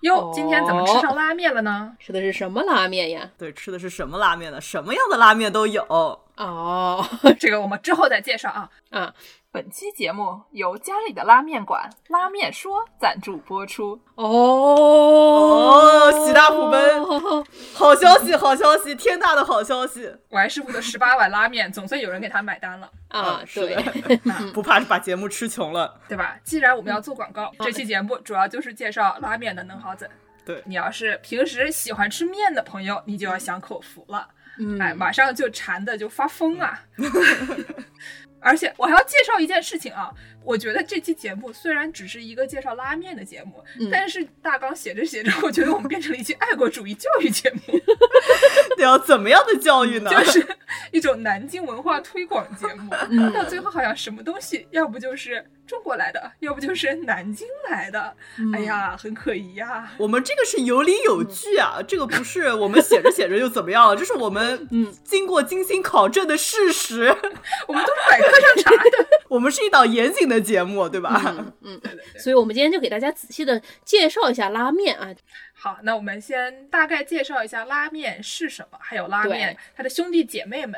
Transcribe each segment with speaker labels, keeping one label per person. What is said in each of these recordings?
Speaker 1: 哟，今天怎么吃
Speaker 2: 哦
Speaker 1: 上拉面了呢？
Speaker 2: 吃的是什么拉面呀？
Speaker 3: 对，吃的是什么拉面呢？什么样的拉面都有。
Speaker 2: 哦，
Speaker 1: 这个我们之后再介绍啊。
Speaker 2: 啊，
Speaker 1: 本期节目由家里的拉面馆拉面说赞助播出。
Speaker 2: 哦，哦
Speaker 3: 喜大普奔好消息，好消息，天大的好消息！
Speaker 1: Y 师傅的十八碗拉面，总算有人给他买单了，
Speaker 2: 啊！
Speaker 3: 是
Speaker 2: 对，
Speaker 3: 的，不怕是把节目吃穷了。
Speaker 1: 对吧？既然我们要做广告，这期节目主要就是介绍拉面的能好怎。
Speaker 3: 对
Speaker 1: 你要是平时喜欢吃面的朋友，你就要享口福了。
Speaker 2: 嗯，
Speaker 1: 哎，马上就馋的就发疯啊！ 而且我还要介绍一件事情啊，我觉得这期节目虽然只是一个介绍拉面的节目，
Speaker 2: 嗯
Speaker 1: 但是大纲写着写着，我觉得我们变成了一期爱国主义教育节 目，
Speaker 3: 得要怎么样的教育呢？
Speaker 1: 就是一种南京文化推广节目。
Speaker 2: 嗯
Speaker 1: 到最后好像什么东西，要不就是中国来的，要不就是南京来的，
Speaker 2: 嗯
Speaker 1: 哎呀，很可疑啊呀、
Speaker 3: 我们这个是有理有据啊，这个不是我们写着写着就怎么样了，这是我们
Speaker 2: 嗯
Speaker 3: 经过精心考证的事实。
Speaker 1: 我们都是百科上查的。
Speaker 3: 我们是一档严谨的节目，对吧？
Speaker 2: 嗯嗯， 所以我们今天就给大家仔细的介绍一下拉面啊。
Speaker 1: 好，那我们先大概介绍一下拉面是什么，还有拉面它的兄弟姐妹们，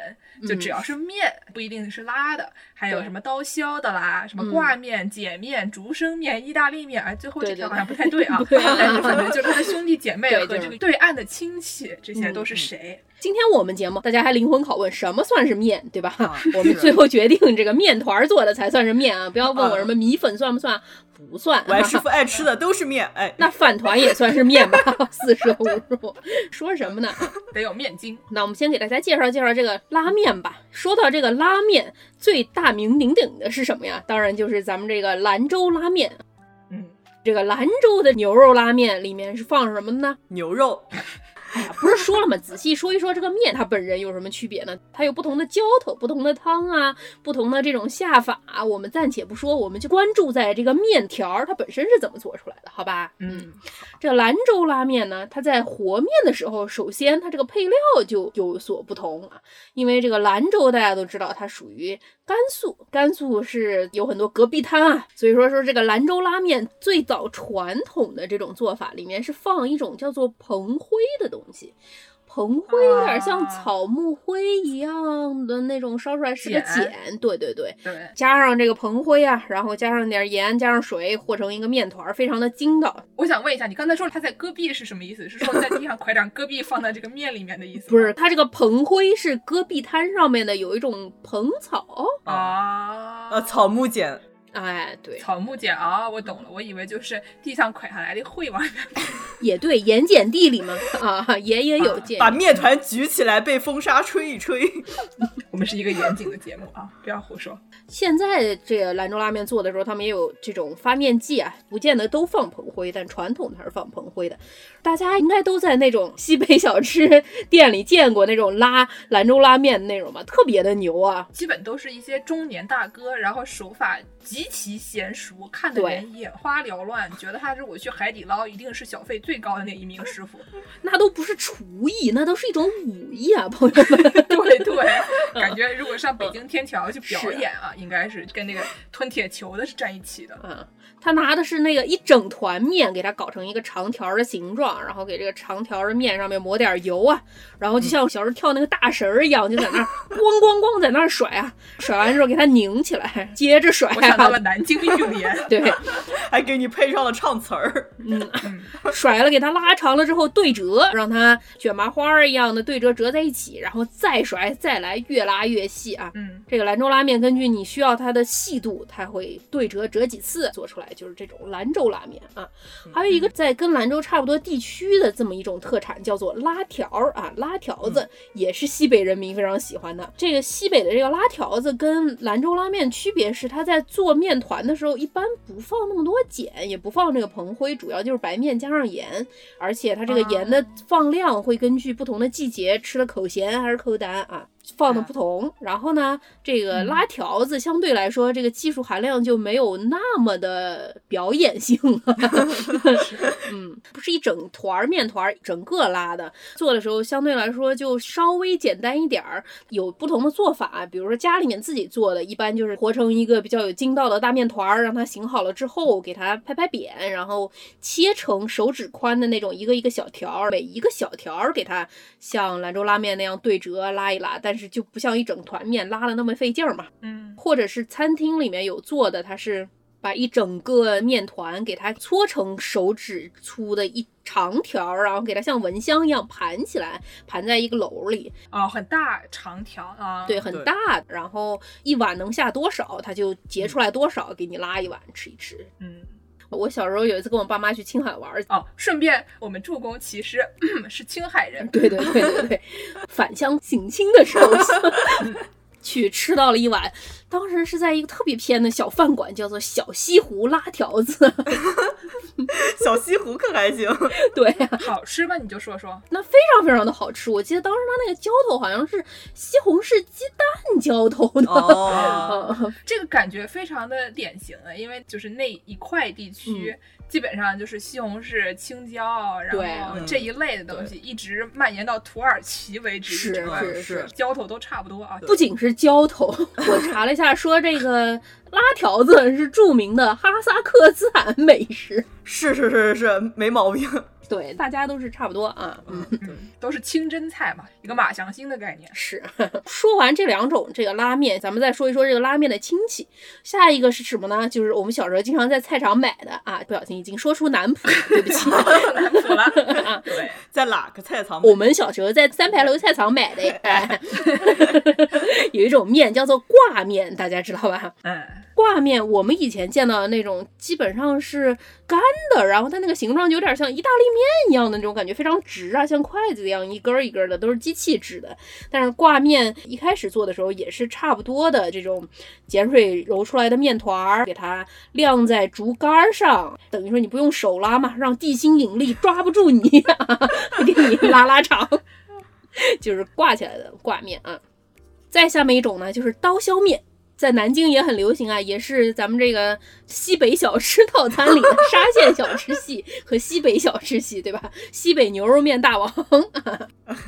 Speaker 1: 就只要是面、不一定是拉的，还有
Speaker 2: 嗯对嗯
Speaker 1: 什么刀削的啦，什么挂面、碱面、竹升面、意大利面，哎，最后这条
Speaker 2: 对对对
Speaker 1: 好像不太对啊，
Speaker 2: 对啊
Speaker 1: 但是反正就是它的兄弟姐妹
Speaker 2: 对
Speaker 1: 和
Speaker 2: 就是
Speaker 1: 这
Speaker 2: 嗯
Speaker 1: 个对岸的亲戚，这些都是谁？
Speaker 2: 今天我们节目，大家还灵魂拷问什么算是面，对吧？
Speaker 3: 啊
Speaker 2: 我们
Speaker 3: 是
Speaker 2: 最后决定这个面团儿做的才算是面啊！不要问我什么米粉算不算，不算。
Speaker 3: 王师傅爱吃的都是面，哎，
Speaker 2: 那饭团也算是面吧，四舍五入。说什么呢？
Speaker 1: 得有面筋。
Speaker 2: 那我们先给大家介绍介绍这个拉面吧。说到这个拉面，最大名鼎鼎的是什么呀？当然就是咱们这个兰州拉面。
Speaker 1: 嗯，
Speaker 2: 这个兰州的牛肉拉面里面是放什么呢？
Speaker 3: 牛肉
Speaker 2: 哎呀，不是说了吗？仔细说一说这个面，它本人有什么区别呢？它有不同的浇头、不同的汤啊，不同的这种下法啊、我们暂且不说，我们就关注在这个面条儿它本身是怎么做出来的，好吧？
Speaker 1: 嗯，
Speaker 2: 这兰州拉面呢，它在和面的时候，首先它这个配料就有所不同啊，因为这个兰州大家都知道，它属于甘肃，甘肃是有很多戈壁滩啊，所以说说这个兰州拉面最早传统的这种做法里面是放一种叫做硼灰的东西。硼灰有点像
Speaker 1: 啊
Speaker 2: 草木灰一样的那种，烧出来是个
Speaker 1: 碱
Speaker 2: 碱，对对对，
Speaker 1: 对，
Speaker 2: 加上这个硼灰啊，然后加上点盐，加上水，和成一个面团儿，非常的筋道。
Speaker 1: 我想问一下，你刚才说它在戈壁是什么意思？是说在地上 快点戈壁放在这个面里面的意思吗？
Speaker 2: 不是，它这个硼灰是戈壁滩上面的有一种硼草，
Speaker 1: 啊，
Speaker 3: 呃草木碱，
Speaker 2: 哦哎，对，
Speaker 1: 草木碱啊，我懂了，我以为就是地上垮下来的灰往里面
Speaker 2: 也对，盐碱地里嘛， 啊，盐也有碱，
Speaker 3: 把面团举起来被风沙吹一吹。
Speaker 1: 我们是一个严谨的节目啊，不要胡说。
Speaker 2: 现在这个兰州拉面做的时候，他们也有这种发面剂啊，不见得都放硼灰，但传统它是放硼灰的。大家应该都在那种西北小吃店里见过那种拉兰州拉面的那种吧，特别的牛啊，
Speaker 1: 基本都是一些中年大哥，然后手法极其娴熟，看得人眼花缭乱，觉得他是我去海底捞一定是小费最高的那一名师傅。
Speaker 2: 那都不是厨艺，那都是一种武艺啊，朋友们。
Speaker 1: 对对，感觉如果上北京天桥去表演啊，应该是跟那个吞铁球的是站一起 的。
Speaker 2: 嗯，他拿的是那个一整团面，给它搞成一个长条儿的形状，然后给这个长条儿的面上面抹点儿油啊，然
Speaker 1: 嗯
Speaker 2: 后就像小时候跳那个大绳儿一样，就在 那儿咣咣咣在那儿甩啊，甩完之后给它拧起来，接着甩、
Speaker 1: 我想到了
Speaker 2: 啊，
Speaker 1: 南京的运联，
Speaker 2: 对，
Speaker 3: 还给你配上了唱词儿，
Speaker 2: 甩了给它拉长了之后对折，让它卷麻花儿一样的对折折在一起，然后再甩再来，越拉越细啊。
Speaker 1: 嗯，
Speaker 2: 这个兰州拉面根据你需要它的细度，它会对折折几次做出来就是这种兰州拉面啊。还有一个在跟兰州差不多地区的这么一种特产，叫做拉条儿啊，拉条子也是西北人民非常喜欢的。这个西北的这个拉条子跟兰州拉面区别是，它在做面团的时候一般不放那么多碱，也不放这个硼灰，主要就是白面加上盐，而且它这个盐的放量会根据不同的季节吃了口咸还是口淡啊。放的不同，然后呢，这个拉条子相对来说，这个技术含量就没有那么的表演性了。嗯，不是一整团儿面团儿整个拉的，做的时候相对来说就稍微简单一点儿，有不同的做法。啊比如说家里面自己做的，一般就是和成一个比较有筋道的大面团儿，让它醒好了之后，给它拍拍扁，然后切成手指宽的那种一个一个小条儿，每一个小条儿给它像兰州拉面那样对折拉一拉，但是就不像一整团面拉的那么费劲儿嘛。
Speaker 1: 嗯，
Speaker 2: 或者是餐厅里面有做的，它是把一整个面团给它搓成手指粗的一长条儿，然后给它像蚊香一样盘起来，盘在一个篓里，
Speaker 1: 哦，很大长条啊，
Speaker 2: 对，，很
Speaker 3: 对
Speaker 2: 大。然后一碗能下多少，它就截
Speaker 3: 嗯
Speaker 2: 出来多少，给你拉一碗吃一吃。
Speaker 1: 嗯。
Speaker 2: 我小时候有一次跟我爸妈去青海玩 儿，
Speaker 1: 哦，顺便我们助攻其实 是青海人，
Speaker 2: 对对对对对，返乡省亲的时 候去吃到了一碗，当时是在一个特别偏的小饭馆，叫做小西湖拉条子。
Speaker 3: 小西湖可还行，
Speaker 2: 对呀、
Speaker 1: 好吃吗？你就说说。
Speaker 2: 那非常非常的好吃。我记得当时它那个浇头好像是西红柿鸡蛋浇头的。
Speaker 3: 哦，
Speaker 2: 嗯
Speaker 1: 这个感觉非常的典型的，因为就是那一块地区，基本上就是西红柿、青椒，
Speaker 2: 对
Speaker 1: 然后
Speaker 3: 嗯
Speaker 1: 这一类的东西，一直蔓延到土耳其为止。
Speaker 2: 是
Speaker 1: 这块
Speaker 2: 是
Speaker 3: 是
Speaker 1: 浇头都差不多啊。
Speaker 2: 不仅是浇头，我查了一下，说这个拉条子是著名的哈萨克斯坦美食。
Speaker 3: 是是是是是，没毛病。
Speaker 2: 对，大家都是差不多啊，嗯。
Speaker 1: 嗯都是清真菜嘛，一个马祥星的概 念。
Speaker 2: 是，说完这两种这个拉面，咱们再说一说这个拉面的亲戚。下一个是什么呢？就是我们小时候经常在菜场买的啊，不小心已经说出南普了，对不起。
Speaker 1: 南普了，对，
Speaker 3: 在哪个菜场买？
Speaker 2: 我们小时候在三牌楼菜场买的，哎 有一种面叫做挂面，大家知道吧？
Speaker 1: 嗯，
Speaker 2: 挂面我们以前见到的那种，基本上是干的，然后它那个形状就有点像意大利面一样的那种感觉，非常直啊，像筷子一样一根儿一根儿的，都是机器制的。但是挂面一开始做的时候也是差不多的这种碱水揉出来的面团儿，给它晾在竹竿儿上，等于说你不用手拉嘛，让地心引力抓不住你，给你拉拉长，就是挂起来的挂面啊。再下面一种呢，就是刀削面。在南京也很流行啊，也是咱们这个西北小吃套餐里的沙县小吃系和西北小吃系，对吧？西北牛肉面大王，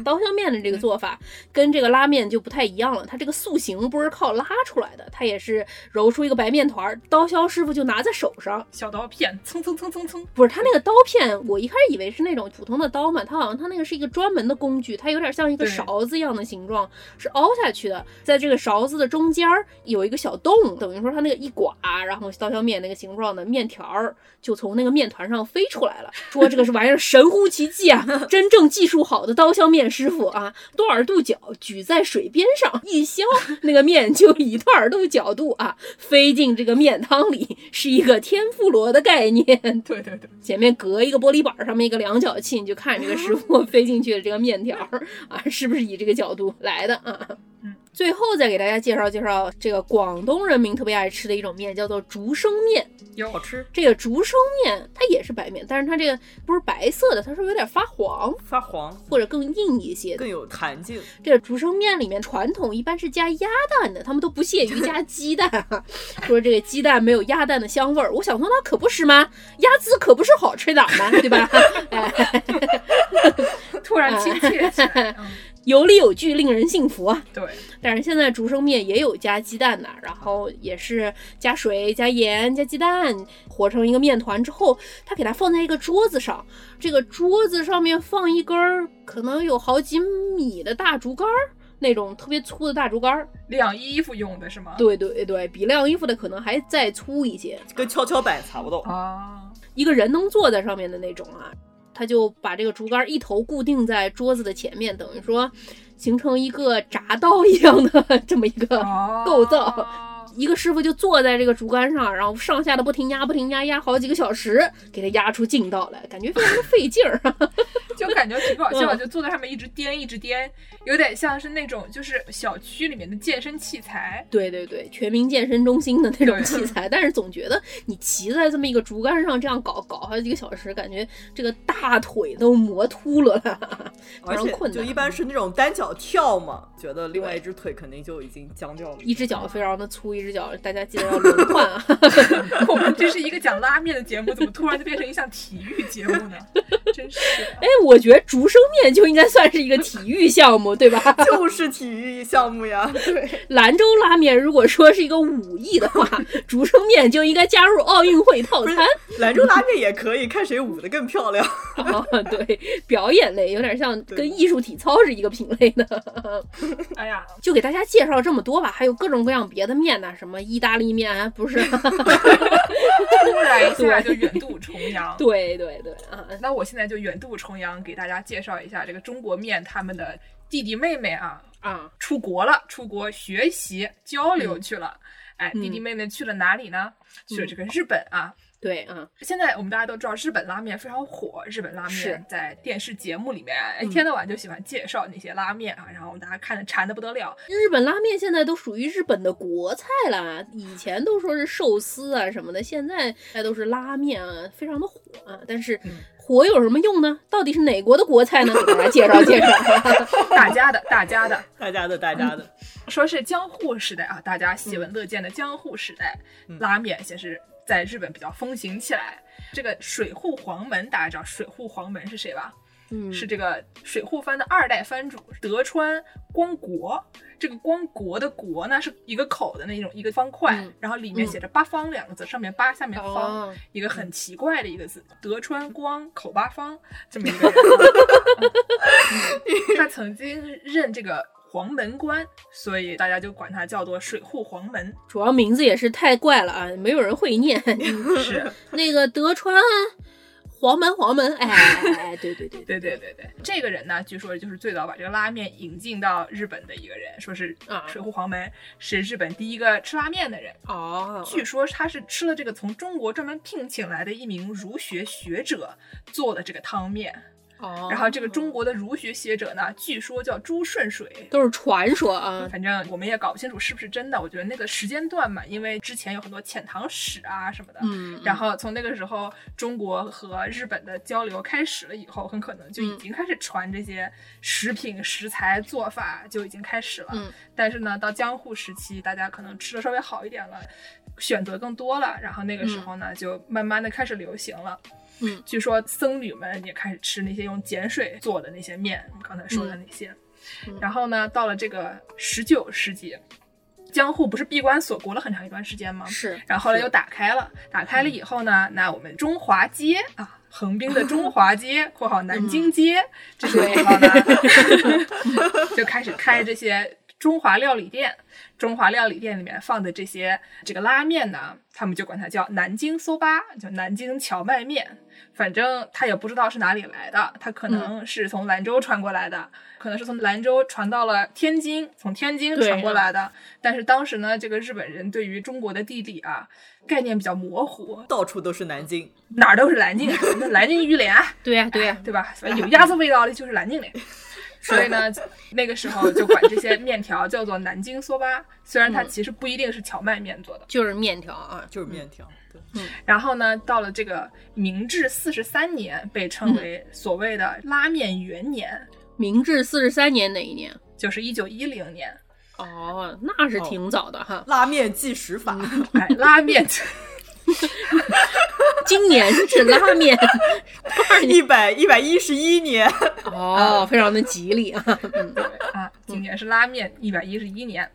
Speaker 2: 刀削面的这个做法跟这个拉面就不太一样了，它这个塑形不是靠拉出来的，它也是揉出一个白面团儿，刀削师傅就拿在手上，
Speaker 1: 小刀片，蹭蹭蹭蹭蹭，
Speaker 2: 不是它那个刀片，我一开始以为是那种普通的刀嘛，它好像它那个是一个专门的工具，它有点像一个
Speaker 1: 对
Speaker 2: 勺子一样的形状，是凹下去的，在这个勺子的中间儿有一个小洞，等于说它那个一刮，然后刀削面那个形状的面条儿就从那个面团上飞出来了。说这个是玩意儿神乎其技啊， 真正技术好的刀削面师傅啊，多少度角举在水边上一削，那个面就以多少度角度啊飞进这个面汤里，是一个天妇罗的概念。
Speaker 1: 对对对，
Speaker 2: 前面隔一个玻璃板儿，上面一个量角器，你就看这个师傅 飞进去的这个面条儿啊，是不是以这个角度来的啊
Speaker 1: 嗯？
Speaker 2: 最后再给大家介绍介绍这个广东人民特别爱吃的一种面，叫做竹升面。
Speaker 1: 有
Speaker 3: 好吃，
Speaker 2: 这个竹升面它也是白面，但是它这个不是白色的，它是有点发黄
Speaker 3: 发黄，
Speaker 2: 或者更硬一些。
Speaker 3: 更有弹性。
Speaker 2: 这个竹升面里面传统一般是加鸭蛋的，他们都不屑于加鸡蛋啊， 说这个鸡蛋没有鸭蛋的香味儿。我想说那可不是吗？鸭子可不是好吃的嘛，对吧？ 哎，
Speaker 1: 突然亲切起来。嗯
Speaker 2: 有理有据，令人信服啊。
Speaker 1: 对，
Speaker 2: 但是现在竹升面也有加鸡蛋的，然后也是加水、加盐、加鸡蛋，和成一个面团之后，它给它放在一个桌子上，这个桌子上面放一根儿可能有好几米的大竹竿儿，那种特别粗的大竹竿儿。
Speaker 1: 晾衣服用的是吗？
Speaker 2: 对对对，比晾衣服的可能还再粗一些，
Speaker 3: 跟跷跷板差不多。
Speaker 2: 哦
Speaker 1: 啊，
Speaker 2: 一个人能坐在上面的那种啊。他就把这个竹竿一头固定在桌子的前面，等于说形成一个闸道一样的 这么一个
Speaker 1: 哦，
Speaker 2: 构造。一个师傅就坐在这个竹竿上，然后上下的不停压，不停压，压好几个小时，给它压出劲道来，感觉非常的费劲儿。 啊
Speaker 1: 就感觉挺搞
Speaker 2: 嗯
Speaker 1: 笑，就坐在上面一直颠一直颠，有点像是那种就是小区里面的健身器材。
Speaker 2: 对对对，全民健身中心的那种
Speaker 1: 对
Speaker 2: 器材，但是总觉得你骑在这么一个竹竿上这样搞搞好几个小时，感觉这个大腿都磨秃了啦， 非
Speaker 3: 而
Speaker 2: 常
Speaker 3: 且
Speaker 2: 困
Speaker 3: 就
Speaker 2: 难。
Speaker 3: 一般是那种单脚跳嘛，觉得另外一只腿肯定就已经僵掉了。
Speaker 2: 一只脚非常的粗，一只脚大家记得要轮换啊。
Speaker 1: 我们这是一个讲拉面的节目，怎么突然就变成一项体育节目呢？真是的。
Speaker 2: 哎，我觉得竹升面就应该算是一个体育项目，对吧？
Speaker 3: 就是体育项目呀，对，
Speaker 2: 兰州拉面如果说是一个武艺的 话，竹升面就应该加入奥运会套
Speaker 3: 不是
Speaker 2: 餐。
Speaker 3: 兰州拉面也可以，看谁舞的更漂亮。
Speaker 2: 啊，对，表演类有点像
Speaker 3: 对
Speaker 2: 跟艺术体操是一个品类的。
Speaker 1: 哎呀，
Speaker 2: 就给大家介绍这么多吧，还有各种各样别的面呢，什么意大利面啊，不是？
Speaker 1: 突然一下就远渡重洋。
Speaker 2: 对对对啊，
Speaker 1: 那我现在就远渡重洋，给大家介绍一下这个中国面他们的弟弟妹妹啊，
Speaker 2: 啊，
Speaker 1: 出国了，出国学习交流去了。哎，
Speaker 2: 嗯
Speaker 1: 弟弟妹妹去了哪里呢？去了这个日本啊。
Speaker 2: 对啊，
Speaker 1: 现在我们大家都知道日本拉面非常火，日本拉
Speaker 2: 是
Speaker 1: 面在电视节目里面一
Speaker 3: 嗯
Speaker 1: 天到晚就喜欢介绍那些拉面啊，然后大家看的馋的不得了。
Speaker 2: 日本拉面现在都属于日本的国菜啦，以前都说是寿司啊什么的，现在现在都是拉面啊，非常的火啊。但是火有什么用呢？到底是哪国的国菜呢？给大家介绍介绍。
Speaker 1: 大家的，大家的，
Speaker 3: 大家的，大家 的，
Speaker 1: 说是江户时代啊，大家喜闻乐见的江户时代，
Speaker 3: 嗯
Speaker 1: 拉面先是在日本比较风行起来。这个水户黄门，大家知道水户黄门是谁吧？
Speaker 2: 嗯，
Speaker 1: 是这个水户藩的二代藩主德川光国。这个光国的国呢，是一个口的那种一个方块，
Speaker 2: 嗯
Speaker 1: 然后里面写着八方两个字，上面八，下面方，
Speaker 2: 哦，
Speaker 1: 一个很奇怪的一个字，德川光口八方这么一 个人啊、嗯他曾经任这个黄门官，所以大家就管他叫做水户黄门。
Speaker 2: 主要名字也是太怪了啊，没有人会念。
Speaker 1: 是，
Speaker 2: 那个德川黄门黄门，哎哎哎，对对对
Speaker 1: 对对对对，这个人呢，据说就是最早把这个拉面引进到日本的一个人，说是
Speaker 2: 啊
Speaker 1: 水户黄门是日本第一个吃拉面的人。
Speaker 2: 哦，
Speaker 1: 据说他是吃了这个从中国专门聘请来的一名儒学学者做的这个汤面，
Speaker 2: 哦，
Speaker 1: 然后这个中国的儒学学者呢，据说叫朱顺水。
Speaker 2: 都是传说啊，
Speaker 1: 反正我们也搞不清楚是不是真的。我觉得那个时间段嘛，因为之前有很多遣唐使啊什么的，
Speaker 2: 嗯，
Speaker 1: 然后从那个时候，中国和日本的交流开始了以后，很可能就已经开始传这些食品、食材、做法，就已经开始了。
Speaker 2: 嗯
Speaker 1: 但是呢，到江户时期，大家可能吃的稍微好一点了，选择更多了，然后那个时候呢，就慢慢的开始流行了。
Speaker 2: 嗯，
Speaker 1: 据说僧侣们也开始吃那些用碱水做的那些面，我们刚才说的那些。
Speaker 2: 嗯
Speaker 1: 然后呢，到了这个十九世纪，江户不是闭关锁国了很长一段时间吗？
Speaker 2: 是，
Speaker 1: 然后后来
Speaker 2: 是嗯
Speaker 1: 又打开了，打开了以后呢，那我们中华街啊，横滨的 中华街（括号南
Speaker 2: 嗯
Speaker 1: 京街）这些地 方呢，就开始开这些中华料理店。中华料理店里面放的这些这个拉面呢，他们就管它叫南京搜吧，就南京荞麦面。反正他也不知道是哪里来的，他可能是从兰州传过来的，可能是从兰州传到了天津，从天津
Speaker 2: 对
Speaker 1: 传过来的。但是当时呢，这个日本人对于中国的地理啊概念比较模糊，
Speaker 3: 到处都是南京，
Speaker 1: 哪儿都是南京，啊那南京啊鱼脸，
Speaker 2: 对呀对呀，
Speaker 1: 对吧？反正有鸭子味道的就是南京脸。所以呢，那个时候就管这些面条叫做南京梭巴，虽然它其实不一定是荞麦面做的。
Speaker 2: 就是面条啊，
Speaker 3: 就是面条。对
Speaker 1: 然后呢，到了这个明治四十三年，被称为所谓的拉面元年，
Speaker 2: 明治四十三年哪一年？
Speaker 1: 就是一九一零年。
Speaker 2: 哦，那是挺早的哈，
Speaker 3: 拉面计时法，
Speaker 2: 嗯
Speaker 1: 哎， 拉面
Speaker 2: 今年是拉 面二年
Speaker 3: 一百一百一十一 年，
Speaker 2: 哦，非常的吉利啊，嗯
Speaker 1: 啊，今年是拉面一百一十一年。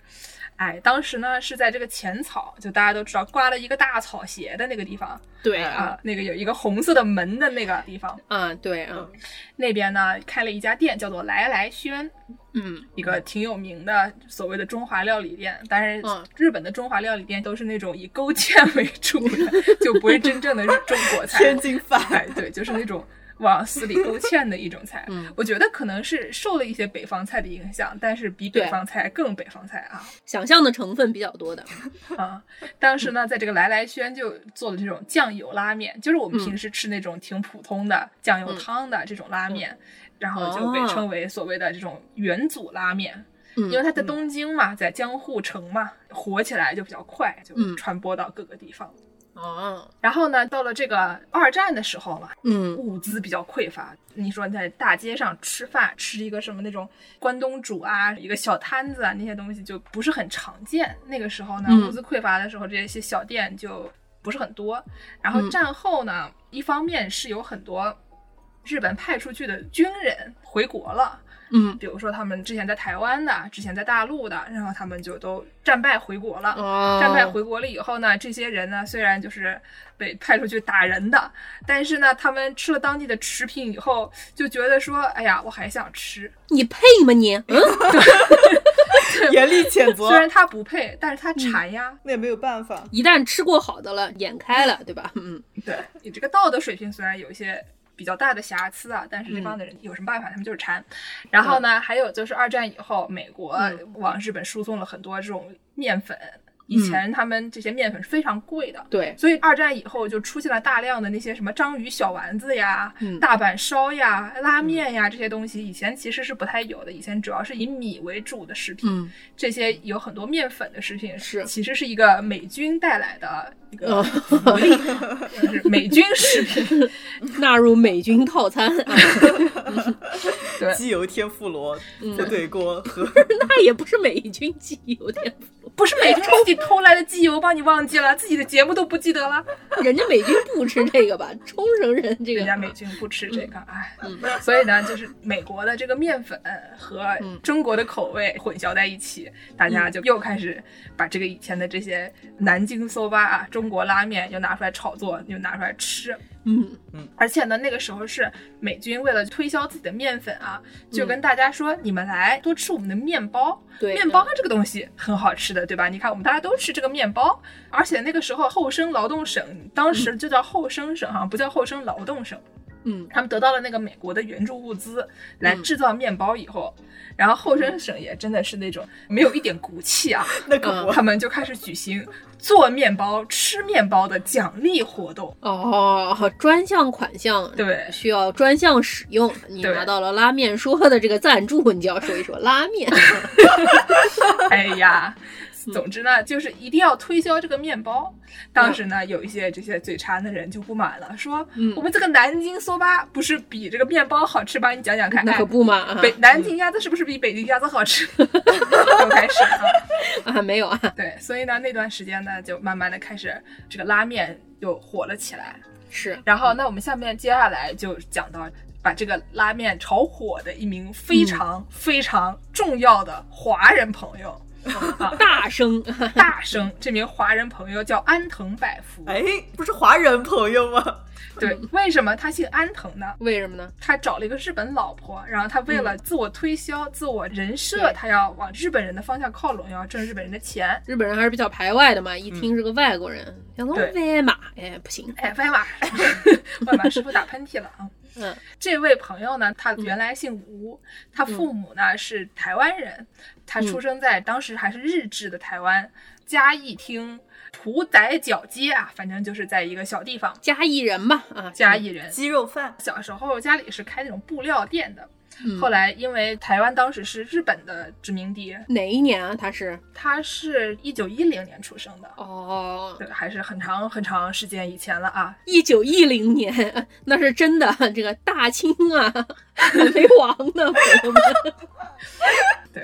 Speaker 1: 哎，当时呢是在这个浅草，就大家都知道挂了一个大草鞋的那个地方
Speaker 2: 对啊
Speaker 1: 啊，那个有一个红色的门的那个地方，
Speaker 2: 啊对啊，
Speaker 1: 那边呢开了一家店，叫做来来轩，
Speaker 2: 嗯
Speaker 1: 一个挺有名的所谓的中华料理店。但是
Speaker 2: 嗯
Speaker 1: 日本的中华料理店都是那种以勾芡为主的，就不是真正的中国菜。
Speaker 3: 天津饭。
Speaker 1: 哎，对，就是那种往死里勾芡的一种菜。
Speaker 2: 嗯
Speaker 1: 我觉得可能是受了一些北方菜的影响，但是比北
Speaker 2: 对
Speaker 1: 方菜更北方菜啊
Speaker 2: 想象的成分比较多的，
Speaker 1: 啊！当时呢，在这个来来轩就做了这种酱油拉面，就是我们
Speaker 2: 嗯嗯
Speaker 1: 平时吃那种挺普通的酱油汤的这种拉面，然后就被
Speaker 2: 哦
Speaker 1: 称为所谓的这种元祖拉面。
Speaker 2: 嗯
Speaker 1: 因为它在东京嘛，在江户城嘛，火起来就比较快，就
Speaker 2: 嗯
Speaker 1: 传播到各个地方。
Speaker 2: 哦，
Speaker 1: 然后呢，到了这个二战的时候嘛，
Speaker 2: 嗯
Speaker 1: 物资比较匮乏。你说你在大街上吃饭，吃一个什么那种关东煮啊，一个小摊子啊，那些东西就不是很常见。那个时候呢，
Speaker 2: 嗯
Speaker 1: 物资匮乏的时候，这些小店就不是很多。然后
Speaker 2: 嗯
Speaker 1: 战后呢，一方面是有很多日本派出去的军人回国了。
Speaker 2: 嗯，
Speaker 1: 比如说他们之前在台湾的，之前在大陆的，然后他们就都战败回国了。
Speaker 2: 哦，
Speaker 1: 战败回国了以后呢，这些人呢虽然就是被派出去打人的，但是呢，他们吃了当地的食品以后，就觉得说，哎呀，我还想吃。
Speaker 2: 你配吗你？嗯，
Speaker 3: 严厉谴责
Speaker 1: 虽，然他不配，但
Speaker 2: 嗯
Speaker 1: 是他馋呀。
Speaker 3: 那也没有办法。
Speaker 2: 一旦吃过好的了，眼开了，对吧？嗯，
Speaker 1: 对你这个道德水平虽然有一些比较大的瑕疵啊，但是这帮
Speaker 2: 嗯
Speaker 1: 的人有什么办法？他们就是馋。然后呢，还有就是二战以后，美国
Speaker 2: 嗯
Speaker 1: 往日本输送了很多这种面粉。以前他们这些面粉是非常贵的，
Speaker 2: 对，
Speaker 1: 所以二战以后就出现了大量的那些什么章鱼小丸子呀、
Speaker 2: 嗯
Speaker 1: 大阪烧呀、拉面呀这些东西，以前其实是不太有的。以前主要是以米为主的食品，
Speaker 2: 嗯
Speaker 1: 这些有很多面粉的食品
Speaker 2: 是
Speaker 1: 其实是一个美军带来的一个
Speaker 2: 呃，
Speaker 1: 福利，就是美军食品。
Speaker 2: 嗯纳入美军套餐啊，
Speaker 1: 对
Speaker 3: 机油天妇罗、
Speaker 2: 嗯
Speaker 3: 火腿 锅和
Speaker 2: 那也不是美军机油添福，
Speaker 1: 不是美军自己偷来的机油，帮你忘记了，自己的节目都不记得了。
Speaker 2: 人家美军不吃这个吧？冲绳人这个
Speaker 1: 人家美军不吃这个，哎、
Speaker 2: 嗯 嗯
Speaker 1: 所以呢，就是美国的这个面粉和中国的口味混淆在一起，大家就又开始把这个以前的这些南京搜吧啊、中国拉面又拿出来炒作，又拿出来吃。
Speaker 2: 嗯
Speaker 1: 而且呢，那个时候是美军为了推销自己的面粉啊，就跟大家说：“你们来多吃我们的面包，
Speaker 2: 嗯对
Speaker 1: 面包这个东西很好吃的，对吧？你看我们大家都吃这个面包，而且那个时候厚生劳动省当时就叫厚生省哈、不叫厚生劳动省。”
Speaker 2: 嗯
Speaker 1: 他们得到了那个美国的援助物资来制造面包以后，然后厚生省也真的是那种没有一点骨气 啊，
Speaker 3: 那个
Speaker 2: 嗯
Speaker 3: 我
Speaker 1: 他们就开始举行做面包、吃面包的奖励活动。
Speaker 2: 哦，专项款项
Speaker 1: 对
Speaker 2: 需要专项使用。你
Speaker 1: 对
Speaker 2: 拿到了拉面说的这个赞助， 你就要说一说拉 面。
Speaker 1: 哎 呀，
Speaker 2: 嗯
Speaker 1: 总之呢，就是一定要推销这个面包。当时呢，有一些这些嘴馋的人就不满了，说、
Speaker 2: 嗯
Speaker 1: 我们这个南京梭巴不是比这个面包好吃吗？你讲讲看。
Speaker 2: 那可
Speaker 1: 哎
Speaker 2: 不嘛啊
Speaker 1: 北南京鸭子是不是比北京鸭子好吃？又开始啊，
Speaker 2: 啊，没有啊，
Speaker 1: 对，所以呢，那段时间呢，就慢慢的开始这个拉面又火了起来。
Speaker 2: 是
Speaker 1: 然后，那我们下面接下来就讲到把这个拉面炒火的一名非常非常重要的华人朋友，啊
Speaker 2: 大声，
Speaker 1: 大生。这名华人朋友叫安藤百福。
Speaker 3: 哎，不是华人朋友吗？
Speaker 1: 对，为什么他姓安藤呢？
Speaker 2: 为什么呢？
Speaker 1: 他找了一个日本老婆，然后他为了自我推销、自我人设，
Speaker 2: 对
Speaker 1: 他要往日本人的方向靠拢，要挣日本人的钱。
Speaker 2: 日本人还是比较排外的嘛，一听是个外国人，想到
Speaker 1: 嗯对
Speaker 2: 外马，哎，不行，
Speaker 1: 哎，外 马，外马师傅打喷嚏了啊！
Speaker 2: 嗯
Speaker 1: 这位朋友呢，他原来姓吴，他父母呢是台湾人，
Speaker 2: 嗯
Speaker 1: 他出生在当时还是日治的台湾嘉义厅浦仔角街啊，反正就是在一个小地方，
Speaker 2: 嘉义人吧，啊，
Speaker 1: 嘉义人。
Speaker 3: 鸡肉 饭，
Speaker 1: 小时候家里是开那种布料店的，
Speaker 2: 嗯
Speaker 1: 后来因为台湾当时是日本的殖民地，
Speaker 2: 哪一年啊？他是
Speaker 1: 他是一九一零年出生的，
Speaker 2: 哦，
Speaker 1: 对，还是很长很长时间以前了啊，
Speaker 2: 一九一零年， 那是真的，这个大清啊， 没亡呢，朋友们
Speaker 1: 对。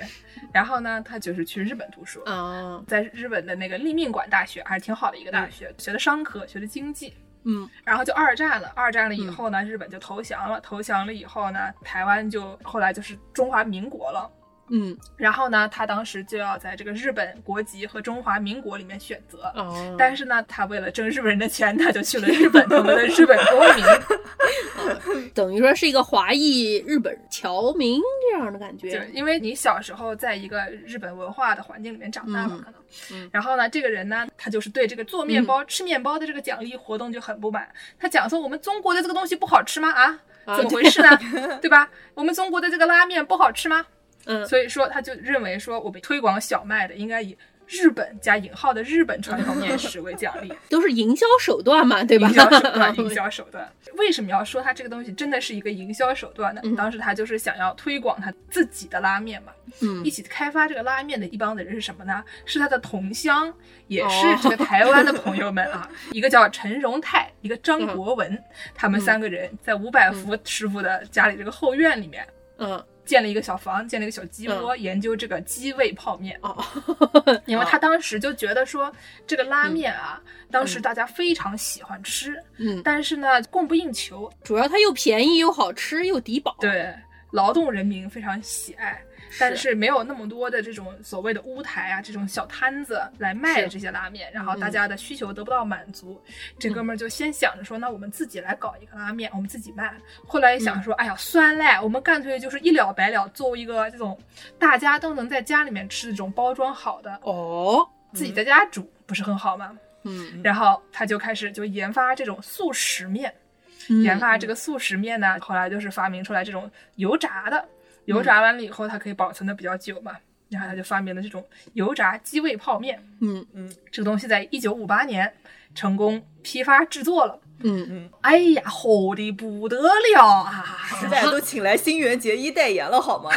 Speaker 1: 然后呢，他就是去日本读书，
Speaker 2: 啊，
Speaker 1: 在日本的那个立命馆大学还是挺好的一个大学，学的商科，学的经济。
Speaker 2: 嗯
Speaker 1: 然后就二战了，二战了以后呢，日本就投降了，投降了以后呢，台湾就后来就是中华民国了。
Speaker 2: 嗯
Speaker 1: 然后呢，他当时就要在这个日本国籍和中华民国里面选择。
Speaker 2: 哦，
Speaker 1: 但是呢，他为了挣日本人的钱，他就去了日本，成为了日本公民。
Speaker 2: 等于说是一个华裔日本侨民这样的感
Speaker 1: 就
Speaker 2: 觉，
Speaker 1: 因为你小时候在一个日本文化的环境里面长大嘛，
Speaker 2: 嗯
Speaker 1: 可能。
Speaker 2: 嗯
Speaker 1: 然后呢，这个人呢，他就是对这个做面包、吃面包的这个奖励活动就很不满，他讲说我们中国的这个东西不好吃吗？啊，
Speaker 2: 啊
Speaker 1: 怎么回事呢？ 对吧？我们中国的这个拉面不好吃吗？
Speaker 2: 嗯
Speaker 1: 所以说他就认为说，我们推广小麦的应该以日本加引号的日本传统面食为奖励，
Speaker 2: 都是 营销手段嘛， 对吧？
Speaker 1: 营销手段，营销手段。为什么要说它这个东西真的是一个营销手段呢
Speaker 2: 嗯？
Speaker 1: 当时他就是想要推广他自己的拉面嘛。
Speaker 2: 嗯
Speaker 1: 一起开发这个拉面的一帮的人是什么呢？是他的同乡，也是这个台湾的朋友们啊。一个叫陈荣泰，一个张国文，他们三个人在伍百福师傅的家里这个后院里面。
Speaker 2: 嗯
Speaker 1: 建了一个小房，建了一个小鸡窝，研究这个鸡味泡面。
Speaker 2: 哦，
Speaker 1: 因为他当时就觉得说，这个拉面啊，当时大家非常喜欢吃，
Speaker 2: 嗯，
Speaker 1: 但是呢，供不应求，
Speaker 2: 主要它又便宜又好吃又抵饱，，
Speaker 1: 对劳动人民非常喜爱，但是没有那么多的这种所谓的乌台啊，这种小摊子来卖
Speaker 2: 是嗯
Speaker 1: 这些拉面，然后大家的需求得不到满足，这哥们儿就先想着说，那我们自己来搞一个拉面，我们自己卖。后来一
Speaker 2: 嗯
Speaker 1: 想说，哎呀，算嘞，我们干脆就是一了百了，做一个这种大家都能在家里面吃这种包装好的，
Speaker 2: 哦，
Speaker 1: 自己在家煮，不是很好吗？
Speaker 2: 嗯，
Speaker 1: 然后他就开始就研发这种速食面。
Speaker 2: 嗯
Speaker 1: 研发这个速食面呢，后来就是发明出来这种油炸的，油炸完了以后它可以保存的比较久嘛，然后他就发明了这种油炸鸡味泡面。
Speaker 2: 嗯
Speaker 1: 这个东西在一九五八年成功批发制作了。
Speaker 2: 嗯
Speaker 1: 哎呀，好的不得了啊！
Speaker 3: 现在都请来新垣结衣代言了 好吗？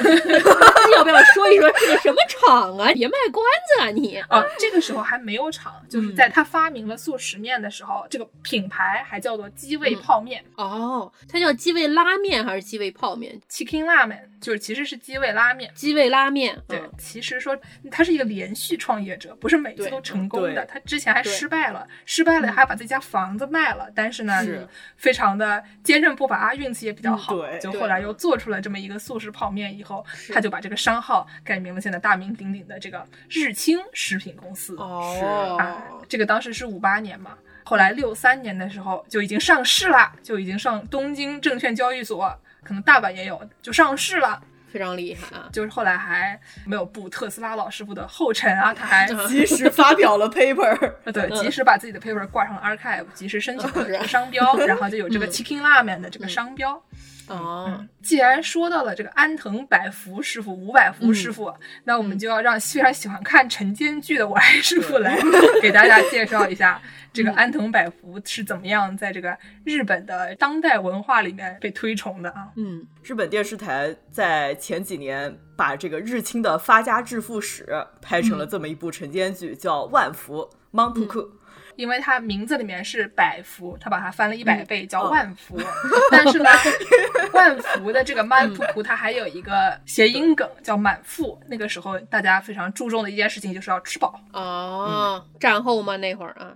Speaker 2: 要不要说一说是个什么厂啊？ 别卖关子啊你！
Speaker 1: 啊，这个时候还没有厂，就是在他发明了速食面的时候，这个品牌还叫做鸡味泡面
Speaker 2: 哦，它叫鸡味拉面还是鸡味泡面？
Speaker 1: （Chicken Ramen），就是其实是鸡味拉面。
Speaker 2: 鸡味拉面。
Speaker 1: 对
Speaker 2: 嗯，
Speaker 1: 其实说他是一个连续创业者，不是每次
Speaker 2: 对
Speaker 1: 都成功的。
Speaker 3: 对
Speaker 1: 他之前还
Speaker 2: 对
Speaker 1: 失败了，失败了
Speaker 2: 嗯
Speaker 1: 还把自己家房子卖了，但是呢，
Speaker 3: 是
Speaker 1: 非常的坚韧不拔，运气也比较好。
Speaker 3: 嗯对
Speaker 1: 就
Speaker 2: 对
Speaker 1: 后来又做出了这么一个速食泡面以后，他就把这个商号改名了，现在大名鼎鼎的这个日清食品公司。啊
Speaker 2: 哦，，
Speaker 1: 这个当时是五八年嘛，后来六三年的时候就已经上市了，就已经上东京证券交易所，可能大阪也有，就上市了。
Speaker 2: 非常厉害啊！
Speaker 1: 就是后来还没有步特斯拉老师傅的后尘啊，他 还
Speaker 3: 及时发表了 paper，
Speaker 1: 呃
Speaker 2: 嗯
Speaker 1: 对及时把自己的 paper 挂上了 archive，及时申请了这个商标，然后就有这个
Speaker 2: 嗯
Speaker 1: Chicken Ramen 的这个商标。嗯
Speaker 2: 哦，
Speaker 1: 既然说到了这个安藤百福师傅、伍百福
Speaker 2: 嗯
Speaker 1: 师傅，那我们就要让非常喜欢看晨间剧的我爱师傅来给大家介绍一下
Speaker 2: 嗯
Speaker 1: 这个安藤百福是怎么样在这个日本的当代文化里面被推崇的啊。
Speaker 2: 嗯
Speaker 3: 日本电视台在前几年把这个日清的发家致富史拍成了这么一部晨间剧，叫《万福 m o n p u k u
Speaker 1: 因为它名字里面是百福，他把它翻了一百倍、叫万福，但是呢， 万福的这个曼普普它还有一个谐音梗叫满腹。那个时候大家非常注重的一件事情就是要吃饱，
Speaker 2: 哦，战后嘛那会儿啊，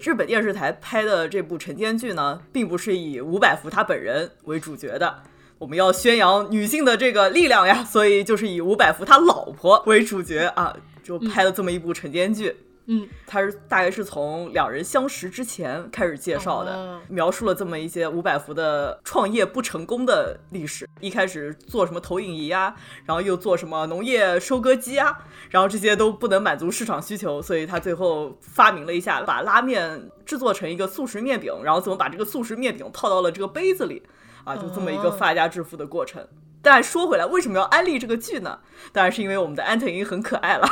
Speaker 3: 日本电视台拍的这部晨间剧呢，并不是以伍百福他本人为主角的。我们要宣扬女性的这个力量呀，所以就是以伍百福他老婆为主角啊，就拍了这么一部晨间剧。
Speaker 2: 嗯，
Speaker 3: 它是大概是从两人相识之前开始介绍的
Speaker 2: 哦，
Speaker 3: 描述了这么一些伍百福的创业不成功的历史。一开始做什么投影仪啊，然后又做什么农业收割机啊，然后这些都不能满足市场需求，所以他最后发明了一下，把拉面制作成一个速食面饼，然后怎么把这个速食面饼套到了这个杯子里，啊，就这么一个
Speaker 2: 哦
Speaker 3: 发家致富的过程。但说回来，为什么要安利这个剧呢？当然是因为我们的安藤樱很可 爱了，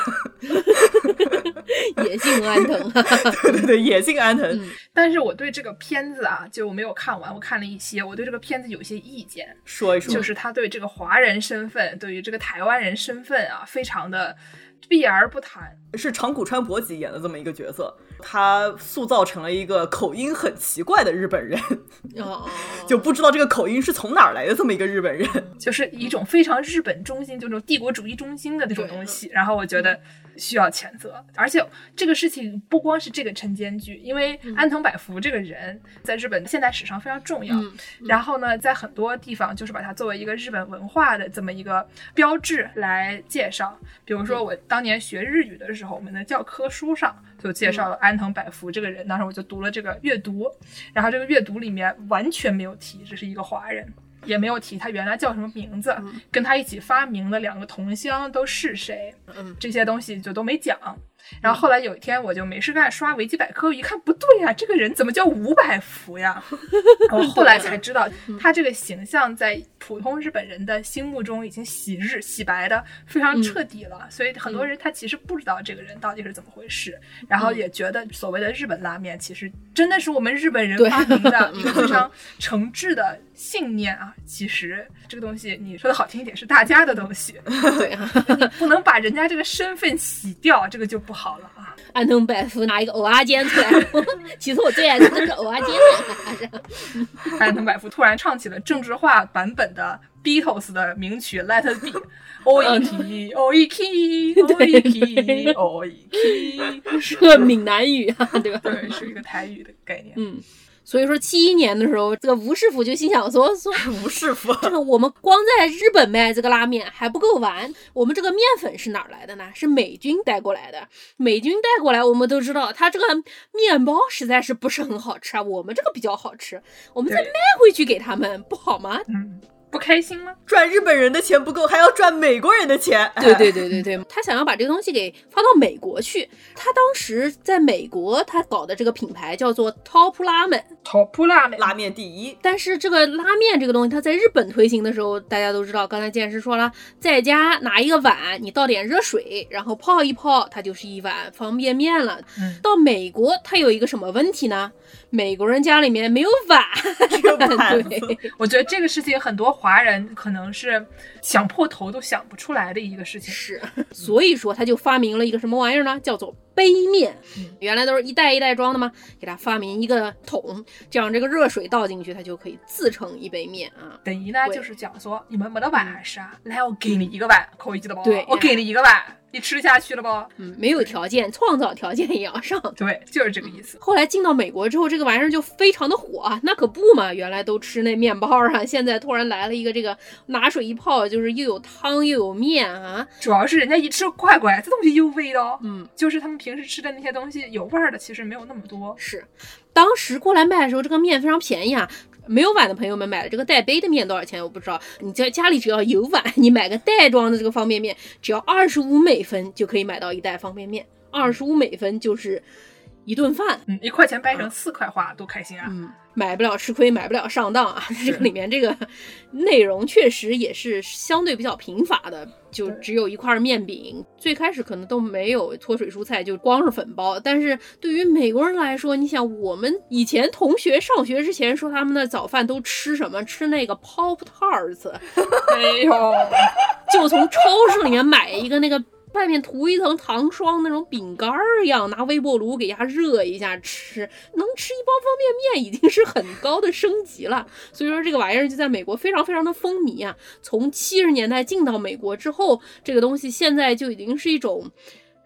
Speaker 2: 也姓安藤啊。
Speaker 3: 对对对，野性安藤
Speaker 1: 但是我对这个片子啊，就我没有看完，我看了一些，我对这个片子有些意见，
Speaker 3: 说一说，
Speaker 1: 就是他对这个华人身份，对于这个台湾人身份啊，非常的避而不谈。
Speaker 3: 是长谷川博己演的这么一个角色，他塑造成了一个口音很奇怪的日本人，
Speaker 2: 哦，
Speaker 3: 就不知道这个口音是从哪儿来的这么一个日本人。
Speaker 1: 就是一种非常日本中心，就那种帝国主义中心的那种东西。然后我觉得需要谴责，而且这个事情不光是这个晨间剧，因为安藤百福这个人在日本现代史上非常重要。
Speaker 2: 嗯
Speaker 1: 然后呢，在很多地方就是把它作为一个日本文化的这么一个标志来介绍。比如说我当年学日语的时候，我们的教科书上就介绍了安藤百福这个人，当时我就读了这个阅读，然后这个阅读里面完全没有提这是一个华人。也没有提他原来叫什么名字，跟他一起发明的两个同乡都是谁，
Speaker 2: 嗯
Speaker 1: 这些东西就都没讲。然后后来有一天我就没事干刷维基百科，一看不对呀、这个人怎么叫五百福 呀？我后来才知道，
Speaker 2: 嗯
Speaker 1: 他这个形象在普通日本人的心目中已经洗日洗白的非常
Speaker 2: 嗯
Speaker 1: 彻底了，所以很多人他其实不知道这个人到底是怎么回事，然
Speaker 2: 嗯
Speaker 1: 后也觉得所谓的日本拉面其实真的是我们日本人
Speaker 2: 对
Speaker 1: 发明的一个非常诚挚的信念啊。其实这个东西你说的好听一点是大家的东西，
Speaker 2: 对啊，
Speaker 1: 不能把人家这个身份洗掉，这个就不好了啊。
Speaker 2: 安藤百福拿一个藕阿煎出来，其实我最爱吃那个藕阿煎呢。
Speaker 1: 安藤百福突然唱起了政治化版本的 Beatles 的名曲《Let It Be》，Oiki 哦 Oiki
Speaker 2: 对
Speaker 1: Oiki Oiki，
Speaker 2: 是个闽南语啊，对吧？
Speaker 1: 对，是一个台语的概念。
Speaker 2: 嗯，所以说七一年的时候，这个吴师傅就心想说说。
Speaker 3: 吴师傅，
Speaker 2: 这个我们光在日本卖这个拉面还不够完，我们这个面粉是哪儿来的呢？是美军带过来的。美军带过来，我们都知道，它这个面包实在是不是很好吃啊。我们这个比较好吃，我们再
Speaker 1: 对
Speaker 2: 卖回去给他们，不好吗？
Speaker 1: 嗯，不开心吗？
Speaker 3: 赚日本人的钱不够，还要赚美国人的钱。
Speaker 2: 对对对对对，他想要把这个东西给发到美国去。他当时在美国，他搞的这个品牌叫做 Top Ramen。
Speaker 1: 头扑拉美
Speaker 3: 哎拉面第一，
Speaker 2: 但是这个拉面这个东西，它在日本推行的时候，大家都知道，刚才健师说了，在家拿一个碗，你倒点热水，然后泡一泡，它就是一碗方便面了。
Speaker 1: 嗯
Speaker 2: 到美国，它有一个什么问题呢？美国人家里面没有碗，
Speaker 3: 这个板子
Speaker 2: 对，
Speaker 1: 我觉得这个事情很多华人可能是想破头都想不出来的一个事情。
Speaker 2: 是， 所以说他就发明了一个什么玩意儿呢？叫做杯面
Speaker 1: 嗯。
Speaker 2: 原来都是一袋一袋装的嘛，给它发明一个桶，这样这个热水倒进去，它就可以自成一杯面啊。
Speaker 1: 等于呢，
Speaker 2: 对嗯
Speaker 1: 就是讲说你们没得碗是啊，来我给你一个碗，可以记得不？
Speaker 2: 对
Speaker 1: 我给你一个碗，你吃下去了不？
Speaker 2: 嗯，没有条件，创造条件也要上。
Speaker 1: 对，就是这个意思。
Speaker 2: 后来进到美国之后，这个玩意儿就非常的火啊，那可不嘛，原来都吃那面包啊，现在突然来了一个这个拿水一泡，就是又有汤又有面啊，
Speaker 1: 主要是人家一吃乖乖，这东西有味道，
Speaker 2: 嗯，
Speaker 1: 就是他们平时吃的那些东西有味儿的，其实没有那么多。
Speaker 2: 是，当时过来卖的时候，这个面非常便宜啊。没有碗的朋友们买的这个带杯的面多少钱？我不知道。你在家里只要有碗，你买个袋装的这个方便面，只要二十五美分就可以买到一袋方便面。二十五美分就是一顿饭，
Speaker 1: 嗯，一块钱掰成四块花，多开心啊！
Speaker 2: 嗯，买不了吃亏，买不了上 当啊！这个里面这个内容确实也是相对比较贫乏的，就
Speaker 1: 对
Speaker 2: 只有一块面饼，最开始可能都没有脱水蔬菜，就光是粉包。但是对于美国人来说，你想我们以前同学上学之前说他们的早饭都吃什么？吃那个 pop tarts，
Speaker 1: 哎呦，
Speaker 2: 就从超市里面买一个那个。外面涂一层糖霜那种饼干儿一样，拿微波炉给它热一下吃，能吃一包方便面已经是很高的升级了。所以说这个玩意儿就在美国非常非常的风靡啊。从七十年代进到美国之后，这个东西现在就已经是一种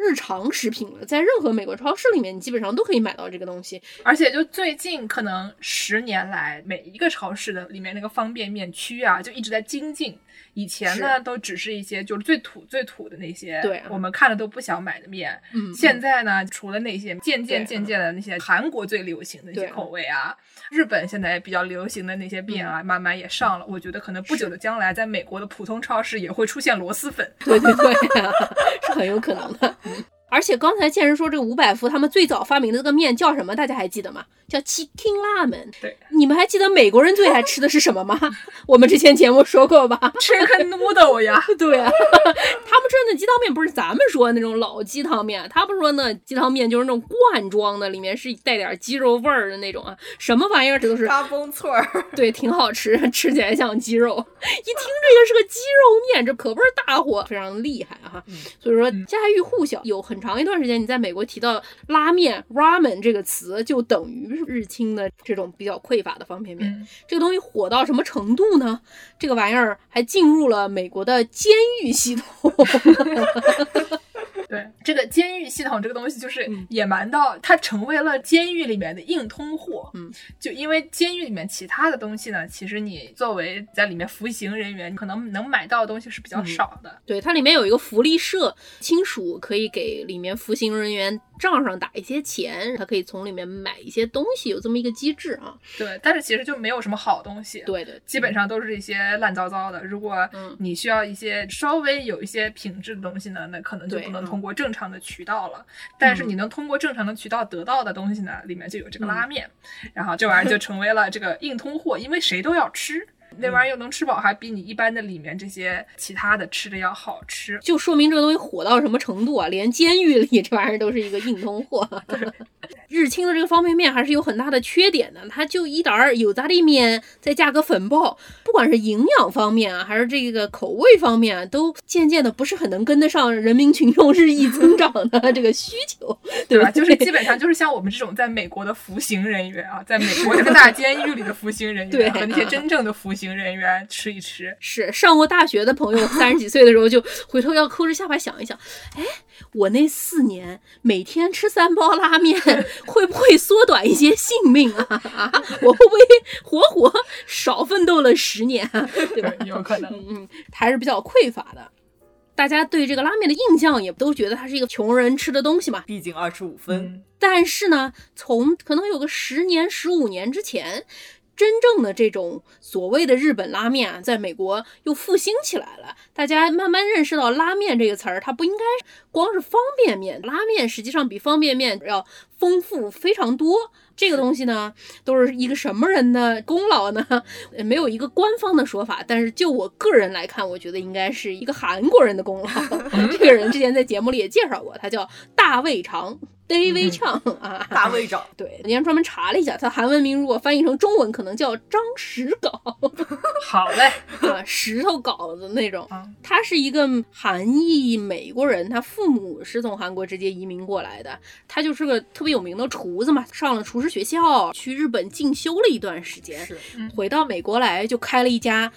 Speaker 2: 日常食品了，在任何美国超市里面，你基本上都可以买到这个东西。
Speaker 1: 而且就最近可能十年来，每一个超市的里面那个方便面区啊，就一直在精进。以前呢，都只是一些就是最土最土的那些，
Speaker 2: 对啊
Speaker 1: 我们看了都不想买的面。
Speaker 2: 嗯
Speaker 1: 现在呢，除了那些渐
Speaker 2: 对啊
Speaker 1: 渐渐渐的那些韩国最流行的那些
Speaker 2: 对啊
Speaker 1: 口味啊，日本现在也比较流行的那些面
Speaker 2: 嗯
Speaker 1: 啊，慢慢也上了。我觉得可能不久的将来，在美国的普通超市也会出现螺蛳粉。
Speaker 2: 对对对、啊，是很有可能的。而且刚才健人说这个五百福他们最早发明的这个面叫什么？大家还记得吗？叫 Chicken Ramen。
Speaker 1: 对，
Speaker 2: 你们还记得美国人最爱吃的是什么吗？ 我们之前节目说过吧？
Speaker 1: Chicken noodle 呀，
Speaker 2: 对啊，他们吃的鸡汤面不是咱们说的那种老鸡汤面，他们说那鸡汤面就是那种罐装的，里面是带点鸡肉味儿的那种啊，什么玩意儿这都是
Speaker 3: 嘎嘣脆儿，
Speaker 2: 对，挺好吃， 吃起来像鸡肉。一听这个是个鸡肉面，这可不是大火，非常厉害哈、所以说家喻户晓，有很长一段时间，你在美国提到拉面 （ramen） 这个词，就等于是日清的这种比较匮乏的方便面。
Speaker 1: 嗯
Speaker 2: 这个东西火到什么程度呢？这个玩意儿还进入了美国的监狱系统。
Speaker 1: 对，这个监狱系统这个东西就是
Speaker 2: 嗯
Speaker 1: 野蛮到它成为了监狱里面的硬通货。
Speaker 2: 嗯，
Speaker 1: 就因为监狱里面其他的东西呢，其实你作为在里面服刑人员，可能能买到的东西是比
Speaker 2: 嗯
Speaker 1: 较少的。
Speaker 2: 对，它里面有一个福利社，亲属可以给里面服刑人员账上打一些钱，他可以从里面买一些东西，有这么一个机制啊。
Speaker 1: 对，但是其实就没有什么好东西。。
Speaker 2: 对对，
Speaker 1: 基本上都是一些烂糟糟的。如果
Speaker 2: 嗯
Speaker 1: 你需要一些稍微有一些品质的东西呢，那可能就
Speaker 2: 对
Speaker 1: 不能
Speaker 2: 嗯
Speaker 1: 通过正常的渠道了。但是你能通过正常的渠道得到的东西呢，里面就有这个
Speaker 2: 嗯
Speaker 1: 拉面，然后这玩 意儿就成为了这个硬通货，因为谁都要吃。那
Speaker 2: 嗯
Speaker 1: 玩意儿又能吃饱，还比你一般的里面这些其他的吃的要好吃。
Speaker 2: 就说明这个东西火到什么程度啊！连监狱里这玩意儿都是一个硬通货。 日清的这个方便面还是有很大的缺点的，它就一点儿有杂地面，再加个粉爆，不管是营养方面啊，还是这个口味方面啊，都渐渐的不是很能跟得上人民群众日益增长的这个需求，对
Speaker 1: 对吧？
Speaker 2: 吧？
Speaker 1: 啊就是基本上就是像我们这种在美国的服刑人员啊， 在美国这个大监狱里的服刑人
Speaker 2: 对
Speaker 1: 员和那些真正的服刑人员吃一吃，
Speaker 2: 是上过大学的朋友，三十几岁的时候就回头要抠着下巴想一想，哎，我那四年每天吃三包拉面，会不会缩短一些性命啊？ 啊我会不会活活少奋斗了十年啊、对吧？
Speaker 1: 有可能。
Speaker 2: 嗯，还是比较匮乏的。大家对这个拉面的印象也都觉得它是一个穷人吃的东西嘛，
Speaker 3: 毕竟二十五
Speaker 2: 嗯
Speaker 3: 分，
Speaker 2: 但是呢，从可能有个十年、十五年之前，真正的这种所谓的日本拉面啊，在美国又复兴起来了。大家慢慢认识到拉面这个词儿，它不应该光是方便面，拉面实际上比方便面要丰富非常多。这个东西呢，都是一个什么人的功劳呢？ 呃没有一个官方的说法，但是就我个人来看，我觉得应该是一个韩国人的功劳。这个人之前在节目里也介绍过，他叫大胃长 David Chang
Speaker 3: 嗯
Speaker 2: 啊。
Speaker 3: 大 胃长，
Speaker 2: 对，人家专门查了一下，他韩文名如果翻译成中文，可能叫张石镐
Speaker 1: 好嘞，
Speaker 2: 啊，石头镐的那种
Speaker 1: 嗯。
Speaker 2: 他是一个韩裔美国人，他父母是从韩国直接移民过来的。他就是个特别有名的厨子嘛，上了厨师学校，去日本进修了一段时间。
Speaker 3: 是
Speaker 2: 回到美国来就开了一家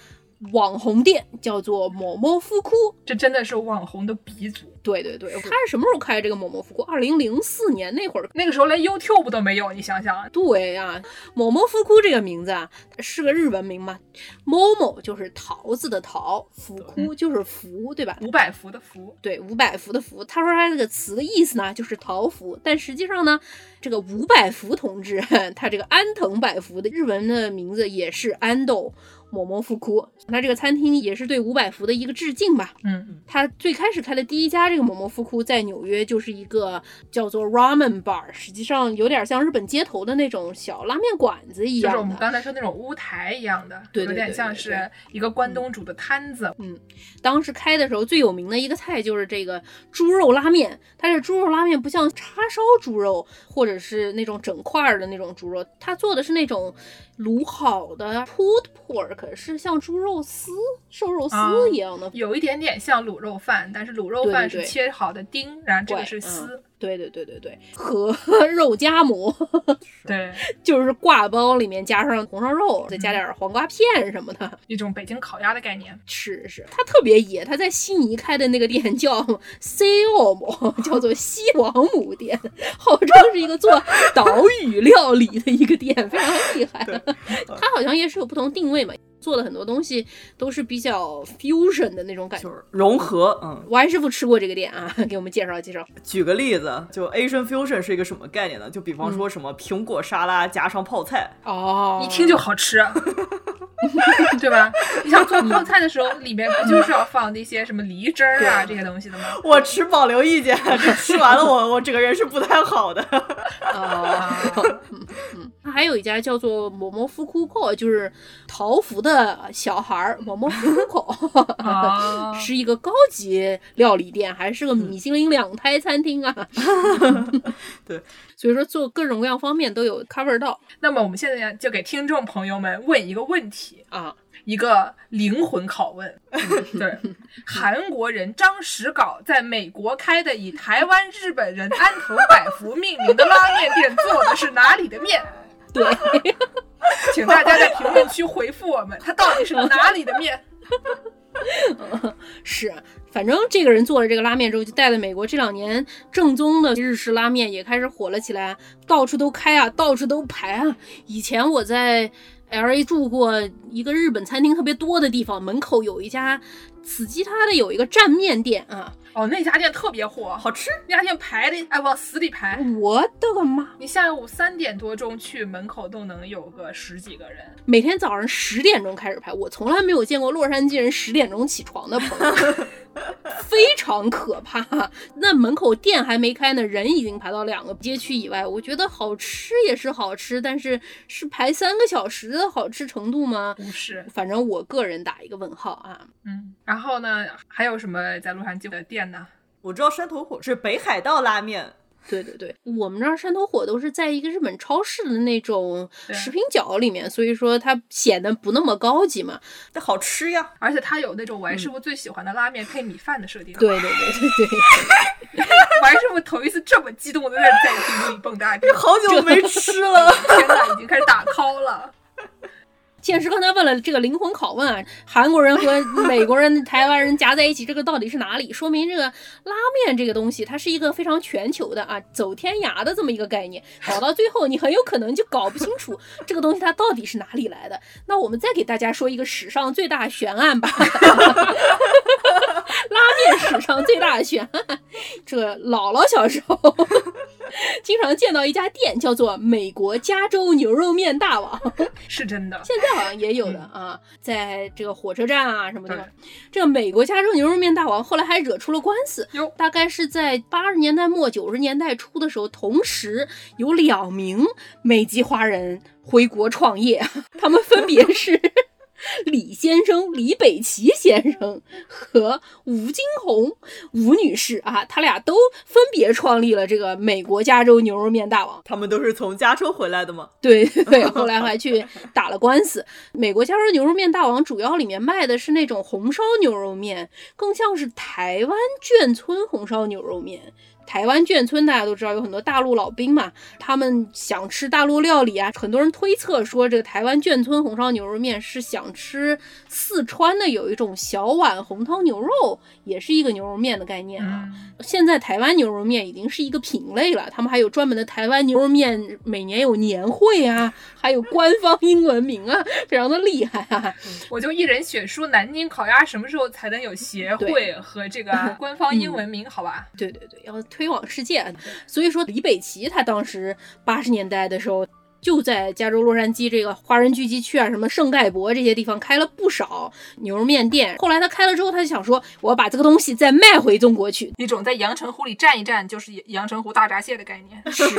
Speaker 2: 网红店，叫做某某夫库。
Speaker 1: 这真的是网红的鼻祖。
Speaker 2: 对对对，
Speaker 3: 是
Speaker 2: 他是什么时候开这个某某夫库？二零零四年那会儿。
Speaker 1: 那个时候连 YouTube 都没有，你想想，
Speaker 2: 对啊，某某夫库这个名字啊，是个日文名嘛。某某就是桃子的桃，福库就是福，对吧？
Speaker 1: 五百伏的伏，
Speaker 2: 对，五百伏的伏。他说他这个词的意思呢，就是桃符，但实际上呢，这个五百伏同志， 他这个安藤百福的日文的名字也是安斗某某福库，他这个餐厅也是对五百伏的一个致敬吧。
Speaker 1: 嗯，
Speaker 2: 他最开始开的第一家这个某某福库在纽约就是一个叫做 Ramen Bar，实际上有点像日本街头的那种小拉面馆子一
Speaker 1: 就是
Speaker 2: 样
Speaker 1: 我们
Speaker 2: 的。
Speaker 1: 刚才说那种乌台一样的，
Speaker 2: 对
Speaker 1: 有
Speaker 2: 对对嗯
Speaker 1: 点像是一个关东煮的摊子。
Speaker 2: 当时开的时候最有名的一个菜就是这个猪肉拉面，它这猪肉拉面不像叉烧猪肉或者是那种整块儿的那种猪肉，它做的是那种卤好的 pulled pork，是像猪肉丝、瘦肉
Speaker 1: 啊
Speaker 2: 丝一样的。
Speaker 1: 有一点点像卤肉饭，但是卤肉饭
Speaker 2: 对对嗯
Speaker 1: 是
Speaker 2: 对
Speaker 1: 切好的丁，然后这个
Speaker 2: 对
Speaker 1: 是丝，
Speaker 2: 对对对对对，和 肉夹馍
Speaker 1: 对，
Speaker 2: 就是挂包里面加上红烧肉，再加点黄瓜片什么的。
Speaker 1: 一种北京烤鸭的概念。
Speaker 2: 是是，他特别野，他在悉尼开的那个店叫 C O M，叫做西王母店，号称是一个做岛屿料理的一个店，非常厉害。他好像也是有不同定位嘛，做的很多东西都是比较 fusion 的那种感觉
Speaker 3: 就。是融合。嗯，
Speaker 2: 王师傅吃过这个店啊，给我们介绍介绍。
Speaker 3: 举个例子，就 Asian fusion 是一个什么概念呢？就比方说
Speaker 2: 嗯
Speaker 3: 什么苹果沙拉加上泡菜，
Speaker 2: 哦
Speaker 1: 一听 就好吃，啊 对吧？你想做泡菜的 时候，里面不就是要放那些什么梨汁儿啊这些东西的 吗？
Speaker 3: 我持保留意见，这吃完了我我整个人是不太好的。
Speaker 2: 哦，嗯嗯，它还有一家叫做某某福库口，就是桃福的小孩儿某某福库口。
Speaker 1: 啊，
Speaker 2: 是一个高级料理店，还是个米其林两胎餐厅啊？
Speaker 3: 对，
Speaker 2: 所以说做各种各样方面都有 cover 到
Speaker 1: 那么我们现在就给听众朋友们问一个问题，
Speaker 2: 啊。
Speaker 1: 一个灵魂拷问。 对，韩国人张石镐在美国开的以台湾日本人安藤百福命名的拉面店，做的是哪里的 面？
Speaker 2: 对，
Speaker 1: 请大家在评论区回复 我们，它到底是哪里的面？
Speaker 2: 是，反正这个人做了这个拉面之后，就带在美国这两年正宗的日式拉面也开始火了起来，到处都开啊，到处都排啊。以前我在 L A 住过一个日本餐厅特别多的地方，门口有一家死鸡他的有一个蘸面店啊，
Speaker 1: 哦，那家店特别火，
Speaker 3: 好吃，
Speaker 1: 那家店排的哎往死里排。
Speaker 2: 我的个妈！
Speaker 1: 你下午三点多钟去，门口都能有个十几个人。
Speaker 2: 每天早上十点钟开始排，我从来没有见过洛杉矶人十点钟起床的朋友，非常可怕。那门口店还没开呢，人已经排到两个街区以外。我觉得好吃也是好吃，但是是排三个小时的好吃程度吗？
Speaker 1: 不是，
Speaker 2: 反正我个人打一个问号啊。
Speaker 1: 嗯，然后呢，还有什么在洛杉矶的店呢？
Speaker 3: 我知道山头火是北海道拉面，
Speaker 2: 对对对，我们这儿山头火都是在一个日本超市的那种
Speaker 1: 对
Speaker 2: 食品角里面，所以说它显得不那么高级嘛。
Speaker 3: 但好吃呀。
Speaker 1: 而且它有那种王师傅最喜欢的拉面配米饭的设定。
Speaker 2: 嗯
Speaker 1: 啊
Speaker 2: 对对对对对。
Speaker 1: 王师傅头一次这么激动的在在屏幕里蹦 跶，这
Speaker 3: 好久没吃了，
Speaker 1: 天呐，已经开始打 call 了。
Speaker 2: 现实刚才问了这个灵魂拷问啊，韩国人和美国人、台湾人夹在一起，这个到底是哪里？说明这个拉面这个东西，它是一个非常全球的啊，走天涯的这么一个概念。搞到最后，你很有可能就搞不清楚这个东西它到底是哪里来的。那我们再给大家说一个史上最大悬案吧， 拉面史上最大悬案。这个姥姥小时候 经常见到一家店叫做美国加州牛肉面大王。
Speaker 1: 是真的，嗯
Speaker 2: 现在好像也有的啊，在这个火车站啊什么地方，这美国加州牛肉面大王后来还惹出了官司
Speaker 1: 哟，
Speaker 2: 大概是在八十年代末九十年代初的时候，同时有两名美籍华人回国创业， 他们分别 是。李先生、李北齐先生和吴金红吴女士啊，他俩都分别创立了这个美国加州牛肉面大王。
Speaker 3: 他们都是从加州回来的吗？
Speaker 2: 对对对，后来还去打了官司。美国加州牛肉面大王主要里面卖的是那种红烧牛肉面，更像是台湾眷村红烧牛肉面。台湾眷村大家都知道有很多大陆老兵嘛，他们想吃大陆料理啊，很多人推测说这个台湾眷村红烧牛肉面是想吃四川的有一种小碗红汤牛肉，也是一个牛肉面的概念啊。
Speaker 1: 嗯，
Speaker 2: 现在台湾牛肉面已经是一个品类了，他们还有专门的台湾牛肉面，每年有年会啊，还有官方英文名啊， 非常的厉害啊。
Speaker 1: 我就一人选书，南京烤鸭什么时候才能有协会
Speaker 2: 对嗯
Speaker 1: 和这 个官方英文名？好吧，
Speaker 2: 对对对，要推广世界。所以说，李北齐他当时八十年代的时候，就在加州洛杉矶这个华人聚集区啊，什么圣盖博这些地方开了不少牛肉面店。后来他开了之后，他就想说，我要把这个东西再卖回中国去，
Speaker 1: 一种在阳澄湖里站一站就是阳澄湖大闸蟹的概 念。
Speaker 2: 是是。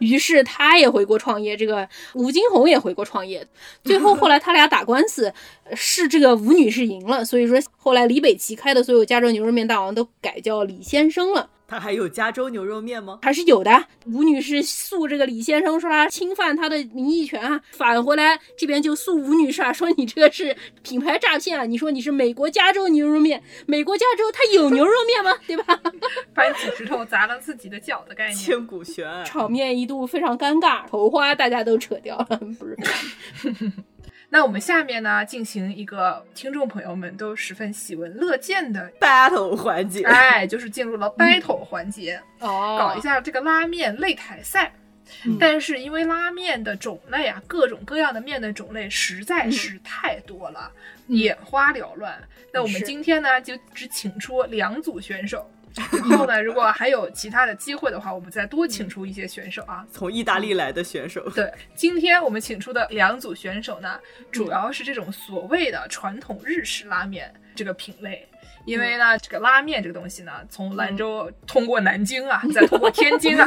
Speaker 2: 于是他也回国创业，这个吴金红也回国创业。最后后来他俩打官司，呃是这个吴女士赢了，所以说后来李北齐开的所有加州牛肉面大王都改叫李先生了。
Speaker 3: 他还有加州牛肉面吗？
Speaker 2: 还是有的。吴女士诉这个李先生说他侵犯她的名誉权啊，返回来这边就诉吴女士啊，说你这个是品牌诈骗啊，你说你是美国加州牛肉面，美国加州它有牛肉面吗？对吧？
Speaker 1: 搬起石头砸了自己的脚的概念。
Speaker 3: 千古啊悬案。
Speaker 2: 场面一度非常尴尬，头花大家都扯掉了，不是。
Speaker 1: 那我们下面呢，进行一个听众朋友们都十分喜闻乐见的，
Speaker 3: battle 环节，嗯
Speaker 1: 哎，就是进入了 battle 环节，
Speaker 2: 哦，
Speaker 1: 搞一下这个拉面擂台赛。
Speaker 3: 嗯
Speaker 1: 但是因为拉面的种类啊，各种各样的面的种类实
Speaker 3: 嗯
Speaker 1: 在是太多了，眼花缭乱。那我们
Speaker 2: 是
Speaker 1: 今天呢，就只请出两组选手。 以后呢，如果还有其他的机会的话，我们再多请出一些选手啊。
Speaker 3: 从意大利来的选手，
Speaker 1: 对，今天我们请出的两组选手呢，主要是这种所谓的传统日式拉面这个品类。因为呢，这个拉面这个东西呢，从
Speaker 2: 嗯
Speaker 1: 兰州通过南京啊，再通过天 津啊，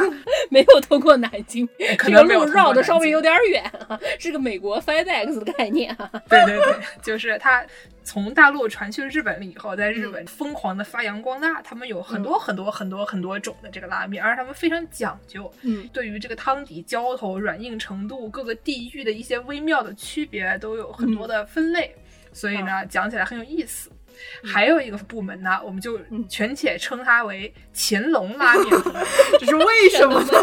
Speaker 2: 没有通过南京，
Speaker 1: 可
Speaker 2: 这个
Speaker 1: 能没有
Speaker 2: 路
Speaker 1: 通过
Speaker 2: 绕的
Speaker 1: 南
Speaker 2: 稍微
Speaker 1: 京
Speaker 2: 有点远啊，是个美国 FedEx 的概念啊。
Speaker 1: 对对对，就是它从大陆传去日本了以后，在
Speaker 2: 嗯
Speaker 1: 日本疯狂的发扬光大。他们有很多很多很多很多种的这个拉面，而他们非常讲究，
Speaker 2: 嗯，
Speaker 1: 对于这个汤底、浇头、软硬程度、各个地域的一些微妙的区别，都有很
Speaker 2: 嗯
Speaker 1: 多的分类。所以呢，讲起来很有意思。还有一个部门呢，我们就
Speaker 2: 嗯
Speaker 1: 全且称它为乾隆拉面部门。
Speaker 3: 这是为什么呢？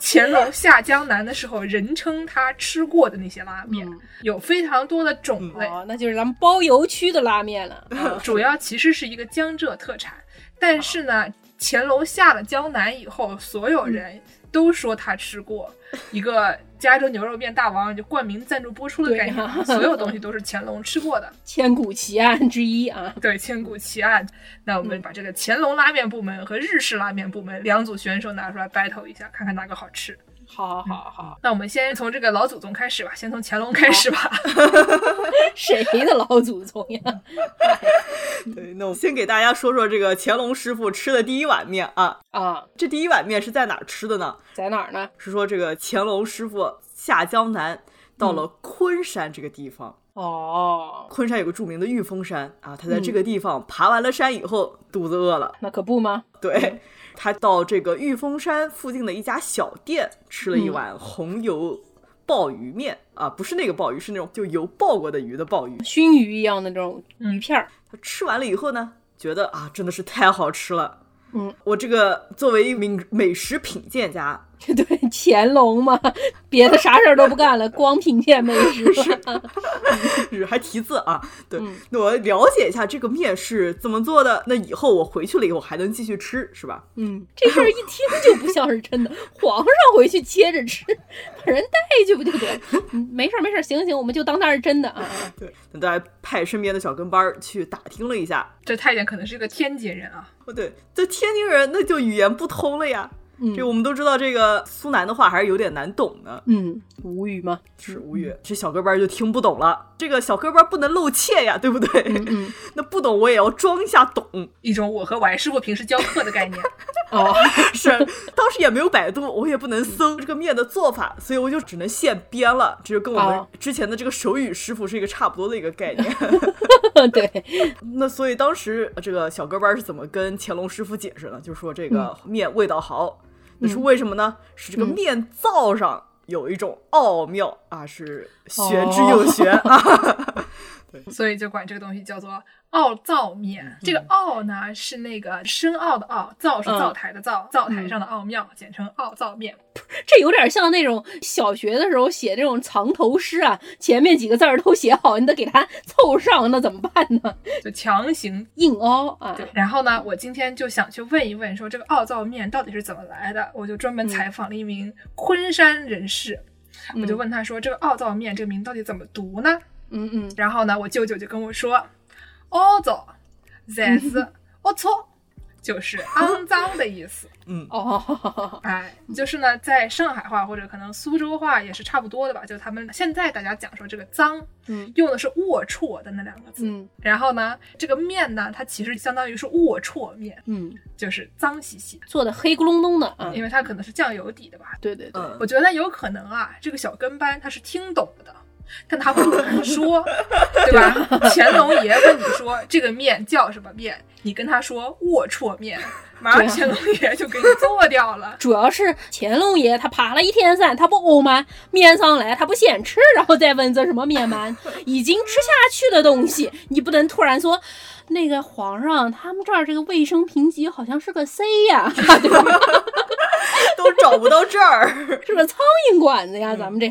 Speaker 1: 乾隆下江南的时候，人称他吃过的那些拉面，
Speaker 2: 嗯
Speaker 1: 有非常多的种类。
Speaker 2: 哦，那就是咱们包邮区的拉面了。啊
Speaker 1: 主要其实是一个江浙特产，但是呢，乾隆下了江南以后，所有
Speaker 2: 嗯
Speaker 1: 人都说他吃过一个加州牛肉面大王，就冠名赞助播出的概念
Speaker 2: 对
Speaker 1: 啊，
Speaker 2: 呀
Speaker 1: 所有东西都是乾隆吃 过的，
Speaker 2: 千古奇案之一啊。
Speaker 1: 对，千古奇案。那我们把这个乾隆拉面部门和日式拉面部门两组选手拿出来 battle 一下，看看哪个好吃。好好好好，那我们先从这个老祖宗开始吧，先从乾隆开始吧。
Speaker 2: 谁的老祖宗呀？
Speaker 3: 对，那我先给大家说说这个乾隆师傅吃的第一碗面啊，
Speaker 2: 啊，
Speaker 3: 这第一碗面是在哪儿吃的呢？
Speaker 2: 在哪儿呢？
Speaker 3: 是说这个乾隆师傅下江南，到了昆山这个地方。
Speaker 2: 哦，
Speaker 3: 昆山有个著名的玉峰山啊，他在这个地方爬完了山以后，肚子饿了，
Speaker 2: 那可不吗？
Speaker 3: 对 他到这个玉峰山附近的一家小店吃了一碗红油鲍鱼面啊，不是那个鲍鱼，是那种就油爆过的鱼的鲍鱼。
Speaker 2: 熏鱼一样的这种
Speaker 1: 嗯
Speaker 2: 鱼片儿，
Speaker 3: 他吃完了以后呢，觉得啊，真的是太好吃了。
Speaker 2: 嗯，
Speaker 3: 我这个作为一名美食品鉴家，
Speaker 2: 对，乾隆嘛，别的啥事儿都不干了，光品鉴美 食 了。
Speaker 3: 是还题字啊，对，
Speaker 2: 嗯
Speaker 3: 那我了解一下这个面是怎么做的。那以后我回去了以后还能继续吃，是吧？
Speaker 2: 嗯，这事儿一听就不像是真的。 皇上回去接着吃，把人带去不就得？ 嗯没事儿没事儿，行行，我们就当它是真的啊。啊
Speaker 3: 对，那大家派身边的小跟班儿去打听了一下。
Speaker 1: 这太监可能是个天津人啊，
Speaker 3: 哦，对，这天津人那就语言不通了呀。
Speaker 2: 嗯
Speaker 3: 这我们都知道，这个苏南的话还是有点难懂的，
Speaker 2: 嗯，无语吗？
Speaker 3: 是无语。这小跟班儿就听不懂了，这个小跟班儿不能露怯呀，对不对？
Speaker 2: 嗯嗯，
Speaker 3: 那不懂我也要装一下懂。
Speaker 1: 一种我和王师傅平时教课的概念。
Speaker 2: 哦，
Speaker 3: 是，当时也没有百度，我也不能搜这个面的做法，所以我就只能现编了。这就跟我们
Speaker 2: 哦
Speaker 3: 之前的这个手语师傅是一个差不多的一个概念。
Speaker 2: 对，
Speaker 3: 那所以当时呃这个小哥班儿是怎么跟乾隆师傅解释呢？就说这个面味道好，那是为什么呢？是这个面灶上有一种奥妙啊，是玄之又玄、 啊。
Speaker 1: 所以就管这个东西叫做奥灶面。这个奥呢是那个深奥的奥，灶是
Speaker 2: 嗯
Speaker 1: 灶台的灶，灶台上的奥妙，简称奥灶面。
Speaker 2: 这有点像那种小学的时候写这种藏头诗啊，前面几个字儿都写好，你得给它凑上，那怎么办呢？
Speaker 1: 就强行。
Speaker 2: 硬凹啊，
Speaker 1: 对，然后呢，我今天就想去问一问，说这个奥灶面到底是怎么来的？我就专门采访了一名昆山人士，我就问他说，这个奥灶面这个名到底怎么读呢？
Speaker 2: 嗯嗯，
Speaker 1: 然后呢，我舅舅就跟我说，奥灶，才是龌龊，就是肮脏的意思。
Speaker 3: 嗯，
Speaker 2: 哦，
Speaker 1: 哎，就是呢，在上海话或者可能苏州话也是差不多的吧，就他们现在大家讲说这个脏，
Speaker 2: 嗯，
Speaker 1: 用的是龌龊的那两个字。
Speaker 2: 嗯
Speaker 1: 然后呢，这个面呢，它其实相当于是龌龊面，
Speaker 2: 嗯，
Speaker 1: 就是脏兮兮，
Speaker 2: 做的黑咕隆咚的啊，
Speaker 1: 因为它可能是酱油底的吧。
Speaker 2: 对对对，
Speaker 3: 嗯
Speaker 1: 我觉得有可能啊，这个小跟班他是听懂的。但他不敢说，对 吧？
Speaker 2: 啊
Speaker 1: 乾隆爷问你说这个面叫什么面，你跟他说龌龊面，马上
Speaker 2: 对啊
Speaker 1: 乾隆爷就给你做掉了。
Speaker 2: 主要是乾隆爷他爬了一天山，他不呕吗？面上来他不先吃，然后再问这什么 面吗？已经吃下去的东西，你不能突然说，那个皇上他们这儿这个卫生评级好像是个 C 呀、对吧？
Speaker 3: 都找不到这儿。
Speaker 2: 是个苍蝇馆子呀，咱们这，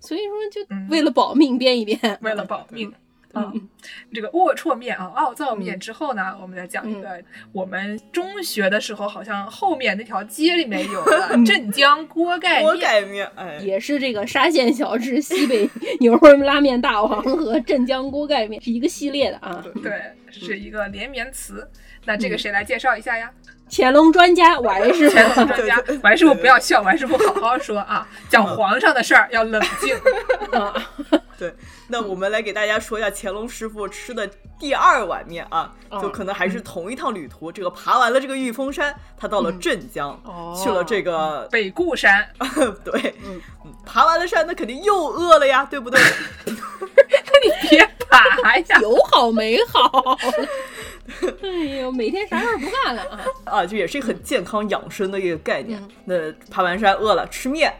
Speaker 2: 所以说就
Speaker 1: 嗯
Speaker 2: 为了保命编一编，
Speaker 1: 为了保命。啊、
Speaker 3: 嗯
Speaker 1: 这个龌龊面啊，奥灶面之后呢，我们再讲一
Speaker 3: 嗯
Speaker 1: 个我们中学的时候，好像后面那条街里面有 的镇江锅盖
Speaker 3: 嗯锅
Speaker 1: 面，
Speaker 3: 盖面，哎，
Speaker 2: 也是这个沙县小吃、西北牛肉拉面大王和镇江锅盖面是一个系列的啊。
Speaker 1: 对，
Speaker 3: 嗯
Speaker 1: 是一个连绵词。那这个谁来介绍一下呀？
Speaker 2: 乾隆专家，我还是
Speaker 3: 嗯
Speaker 1: 乾隆专家 王师傅不要笑，王师傅好好说啊，讲
Speaker 3: 嗯
Speaker 1: 皇上的事儿要冷静。
Speaker 2: 啊，
Speaker 3: 对，那我们来给大家说一下乾隆师傅吃的第二碗面啊，
Speaker 2: 嗯
Speaker 3: 就可能还是同一趟旅途。这个爬完了这个玉峰山，他到了镇江，
Speaker 2: 哦
Speaker 3: 去了这个、
Speaker 1: 北固山，
Speaker 3: 对，
Speaker 2: 嗯
Speaker 3: 嗯爬完了山，那肯定又饿了呀，对不对？
Speaker 1: 别爬 呀！
Speaker 2: 有好没好。哎呦，每天啥事儿不干了啊？
Speaker 3: 啊，就也是一个很健康养生的一个概念。
Speaker 2: 嗯
Speaker 3: 那爬完山饿了吃面，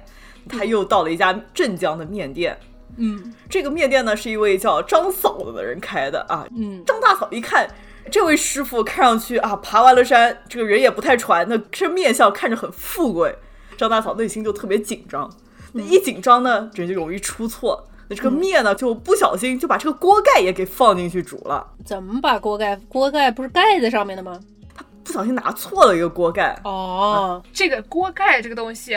Speaker 3: 他又到了一家镇江的面店。
Speaker 2: 嗯
Speaker 3: 这个面店呢是一位叫张嫂子的人开的啊，
Speaker 2: 嗯，
Speaker 3: 张大嫂一看，这位师傅看上去啊，爬完了山，这个人也不太传，那这面相看着很富贵。张大嫂内心就特别紧张，那一紧张呢，人就容易出错。那这个面呢，就不小心就把这个锅盖也给放进去煮了，
Speaker 2: 怎么把锅盖？锅盖不是盖在上面的吗？
Speaker 3: 不小心拿错了一个锅盖。
Speaker 2: 哦，
Speaker 1: 这个锅盖这个东西，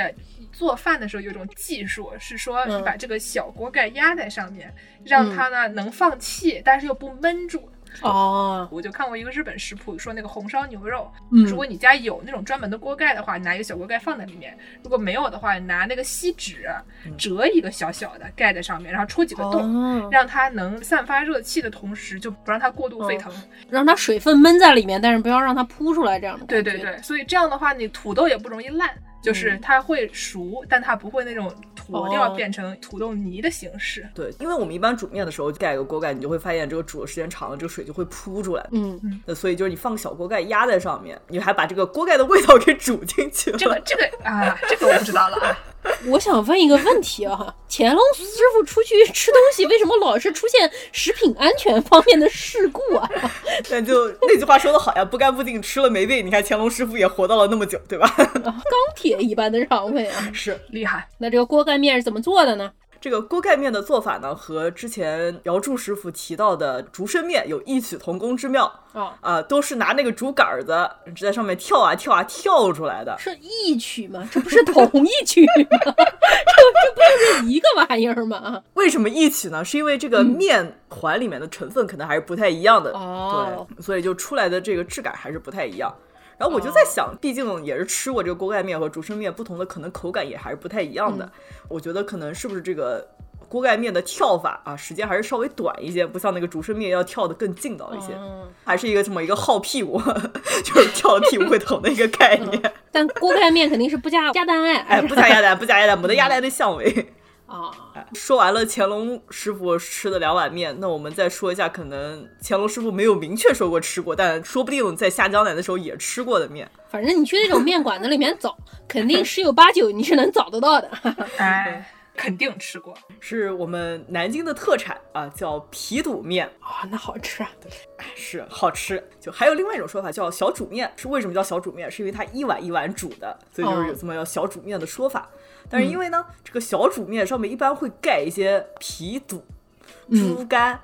Speaker 1: 做饭的时候有一种技术，是说
Speaker 2: 嗯
Speaker 1: 你把这个小锅盖压在上面，让它呢能放气，但是又不闷住。
Speaker 2: 哦，
Speaker 1: 我就看过一个日本食谱，说那个红烧牛肉，
Speaker 2: 嗯
Speaker 1: 如果你家有那种专门的锅盖的话，你拿一个小锅盖放在里面；如果没有的话，你拿那个锡纸折一个小小的盖在上面，然后戳几个洞。
Speaker 2: 嗯哦让
Speaker 1: 让它能散发热气的同时，就不让它过
Speaker 2: 哦
Speaker 1: 度沸腾。
Speaker 2: 让它水分闷在里面，但是不要让它扑出来，这样的
Speaker 1: 对
Speaker 2: 感
Speaker 1: 对
Speaker 2: 觉
Speaker 1: 对，所以这样的话，你土豆也不容易烂，就是它会熟，但它不会那种坨掉
Speaker 2: 嗯哦
Speaker 1: 变成土豆泥的形 式。
Speaker 3: 对，因为我们一般煮面的时候盖个锅盖，你就会发现这个煮的时间长了，这个水就会扑出来。
Speaker 2: 嗯，
Speaker 3: 那所以就是你放个小锅盖压在上面，你还把这个锅盖的味道给煮进去了。
Speaker 1: 这个这个啊，这个我不知道了啊。
Speaker 2: 我想问一个问题 啊，乾隆师傅出去吃东西，为什么老是出现食品安全方面的事故啊？
Speaker 3: 但就那句话说的好呀，不干不净吃了没病。你看乾隆师傅也活到了那么久，对吧？
Speaker 2: 钢铁一般的肠胃啊，
Speaker 3: 是
Speaker 1: 厉 害，
Speaker 2: 那这个锅盖面是怎么做的呢？
Speaker 3: 这个锅盖面的做法呢，和之前姚柱师傅提到的竹升面有异曲同工之妙
Speaker 2: 啊、
Speaker 3: 啊、都是拿那个竹杆子在上面跳啊跳啊跳出来的。
Speaker 2: 是一曲吗？这不是同一曲吗？ 这这不就是一个玩意儿吗？啊，
Speaker 3: 为什么一起呢？是因为这个面团里面的成分可能还是不太一样的，
Speaker 2: 哦
Speaker 3: 对，所以就出来的这个质感还是不太一样。然后我就在想，毕竟也是吃过这个锅盖面和竹升面，不同的可能口感也还是不太一样的。我觉得可能是不是这个锅盖面的跳法啊，时间还是稍微短一些，不像那个竹升面要跳得更劲道一些，
Speaker 2: 嗯
Speaker 3: 还是一个这么一个耗屁股， 就是跳的屁股会疼的一个概念。
Speaker 2: 但锅盖面肯定是不加鸭蛋哎，
Speaker 3: 哎，不加鸭蛋，不加鸭蛋，没得鸭蛋的香味。
Speaker 2: 啊，
Speaker 3: 说完了乾隆师傅吃的两碗面，那我们再说一下，可能乾隆师傅没有明确说过吃过，但说不定在下江南的时候也吃过的面。
Speaker 2: 反正你去那种面馆子里面找， 肯定十有八九你是能找得到的。嗯
Speaker 1: 哎，肯定吃过。
Speaker 3: 是我们南京的特产啊，叫皮肚面，
Speaker 2: 啊、那好吃啊！
Speaker 3: 是好吃。就还有另外一种说法叫小煮面，是为什么叫小煮面？是因为它一碗一碗煮的，所以就是有这么叫小煮面的说法。但是因为呢，这个小煮面上面一般会盖一些皮肚、猪肝、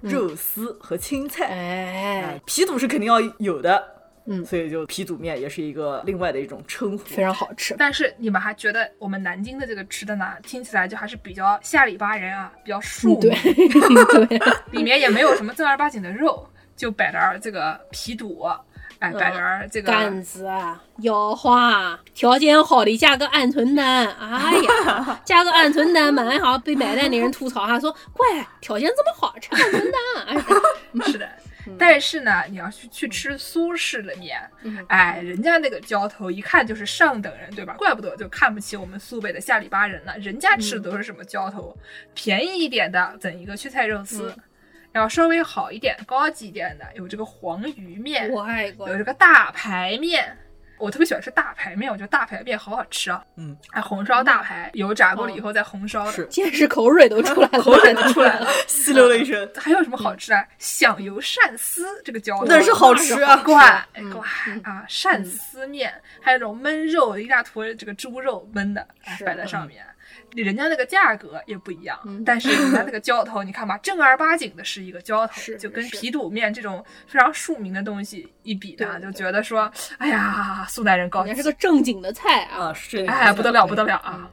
Speaker 3: 肉丝和青菜。哎
Speaker 2: 哎，，
Speaker 3: 皮肚是肯定要有的，
Speaker 2: 嗯
Speaker 3: 所以就皮肚面也是一个另外的一种称呼。
Speaker 2: 非常好吃。
Speaker 1: 但是你们还觉得我们南京的这个吃的呢，听起来就还是比较下里巴人啊，比较
Speaker 2: 嗯
Speaker 1: 庶，
Speaker 2: 对
Speaker 1: 民，
Speaker 2: 对，
Speaker 1: 里面也没有什么正儿八经的肉，就摆点儿这个皮肚，
Speaker 2: 嗯
Speaker 1: 哎，摆点儿这个
Speaker 2: 杆子、啊腰花，条件好的加个鹌鹑蛋，哎呀， 加个鹌鹑蛋，买好被买蛋的人吐槽哈，说乖，条件这么好，吃鹌鹑蛋，哎呀
Speaker 1: 是的。
Speaker 3: 嗯
Speaker 1: 但是呢，你要去去吃苏式的面，
Speaker 2: 嗯
Speaker 1: 哎，人家那个浇头一看就是上等人，对吧？怪不得就看不起我们苏北的下里巴人呢。人家吃
Speaker 3: 嗯
Speaker 1: 的都是什么浇头，便宜一点的整一个蕨菜肉丝，
Speaker 3: 嗯
Speaker 1: 然后稍微好一点、高级一点的有这个黄鱼面，
Speaker 2: 哎我爱过
Speaker 1: 有。这个大排面。我特别喜欢吃大排面，我觉得大排面好好吃啊！
Speaker 3: 嗯，
Speaker 1: 哎，红烧大排，油炸过了以后再红烧的，
Speaker 3: 是
Speaker 2: 见识口水都出来了，
Speaker 1: 口水都出来了。
Speaker 3: 吸溜了一身，
Speaker 1: 还有什么好吃啊？响油鳝丝这个浇头，
Speaker 3: 嗯那是好吃啊
Speaker 1: 怪怪
Speaker 2: 嗯
Speaker 1: 啊！鳝丝面，还有那种焖肉，一大坨这个猪肉焖的哎
Speaker 2: 是
Speaker 1: 摆在上面。人家那个价格也不一样，
Speaker 2: 嗯
Speaker 1: 但是人 家那个浇头，你看吧，正儿八经的是一个浇头，
Speaker 2: 是
Speaker 1: 就跟
Speaker 2: 是
Speaker 1: 皮肚面这种非常庶民的东西一比呢，
Speaker 2: 对
Speaker 1: 就觉得说，哎呀，苏南人高
Speaker 2: 人家
Speaker 1: 级
Speaker 2: 是，个正经的菜
Speaker 3: 啊，
Speaker 2: 啊，
Speaker 3: 是这个
Speaker 1: 哎，
Speaker 3: 意思
Speaker 1: 不得了，不得了啊！
Speaker 2: 嗯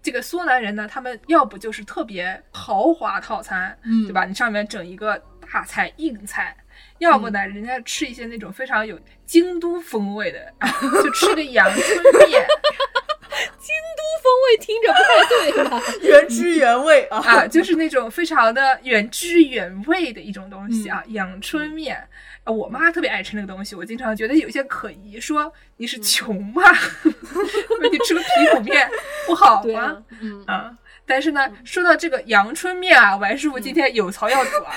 Speaker 1: 这个苏南人呢，他们要不就是特别豪华套餐，
Speaker 2: 嗯
Speaker 1: 对吧？你上面整一个大菜硬菜，要不呢，
Speaker 2: 嗯
Speaker 1: 人家吃一些那种非常有京都风味 的，就吃个阳春面
Speaker 2: 风味听着不太对吧？
Speaker 3: 原汁原味啊。
Speaker 1: 啊，就是那种非常的原汁原味的一种东西
Speaker 2: 嗯
Speaker 1: 啊，阳春面。啊我妈特别爱吃那个东西，我经常觉得有些可疑，说你
Speaker 2: 嗯
Speaker 1: 是穷吗？ 说你吃个皮肚面不 好
Speaker 2: 对
Speaker 1: 吗
Speaker 2: 啊？，嗯，
Speaker 1: 啊。但是呢，说到这个阳春面啊，王师傅
Speaker 2: 嗯
Speaker 1: 今天有槽要吐啊，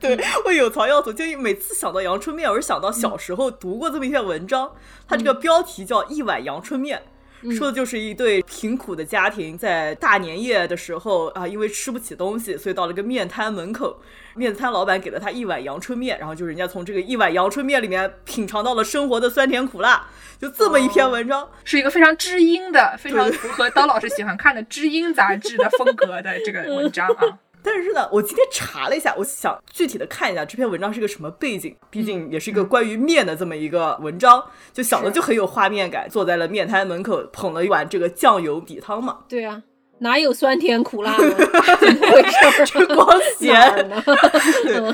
Speaker 3: 对，我有槽要吐，就每次想到阳春面，我是想到小时候读过这么一篇文章，它
Speaker 1: 嗯
Speaker 3: 这个标题叫《一碗阳春面》。
Speaker 2: 嗯
Speaker 3: 说的就是一对贫苦的家庭在大年夜的时候啊，因为吃不起东西，所以到了一个面摊门口，面摊老板给了他一碗阳春面，然后就是人家从这个一碗阳春面里面品尝到了生活的酸甜苦辣，就这么一
Speaker 2: 哦
Speaker 3: 篇文章，
Speaker 1: 是一个非常知音的，非常
Speaker 3: 对
Speaker 1: 符合刀老师喜欢看的知音杂志的风格的这个文章啊。
Speaker 3: 但是呢，我今天查了一下，我想具体的看一下这篇文章是个什么背景，毕
Speaker 2: 嗯
Speaker 3: 竟也是一个关于面的这么一个文章，就想的
Speaker 1: 是
Speaker 3: 就很有画面感，坐在了面摊门口，捧了一碗这个酱油底汤嘛。
Speaker 2: 对啊，哪有酸甜苦 辣呢？怎么回事儿？
Speaker 3: 吃光
Speaker 2: 哪儿
Speaker 3: 咸，
Speaker 2: 呢？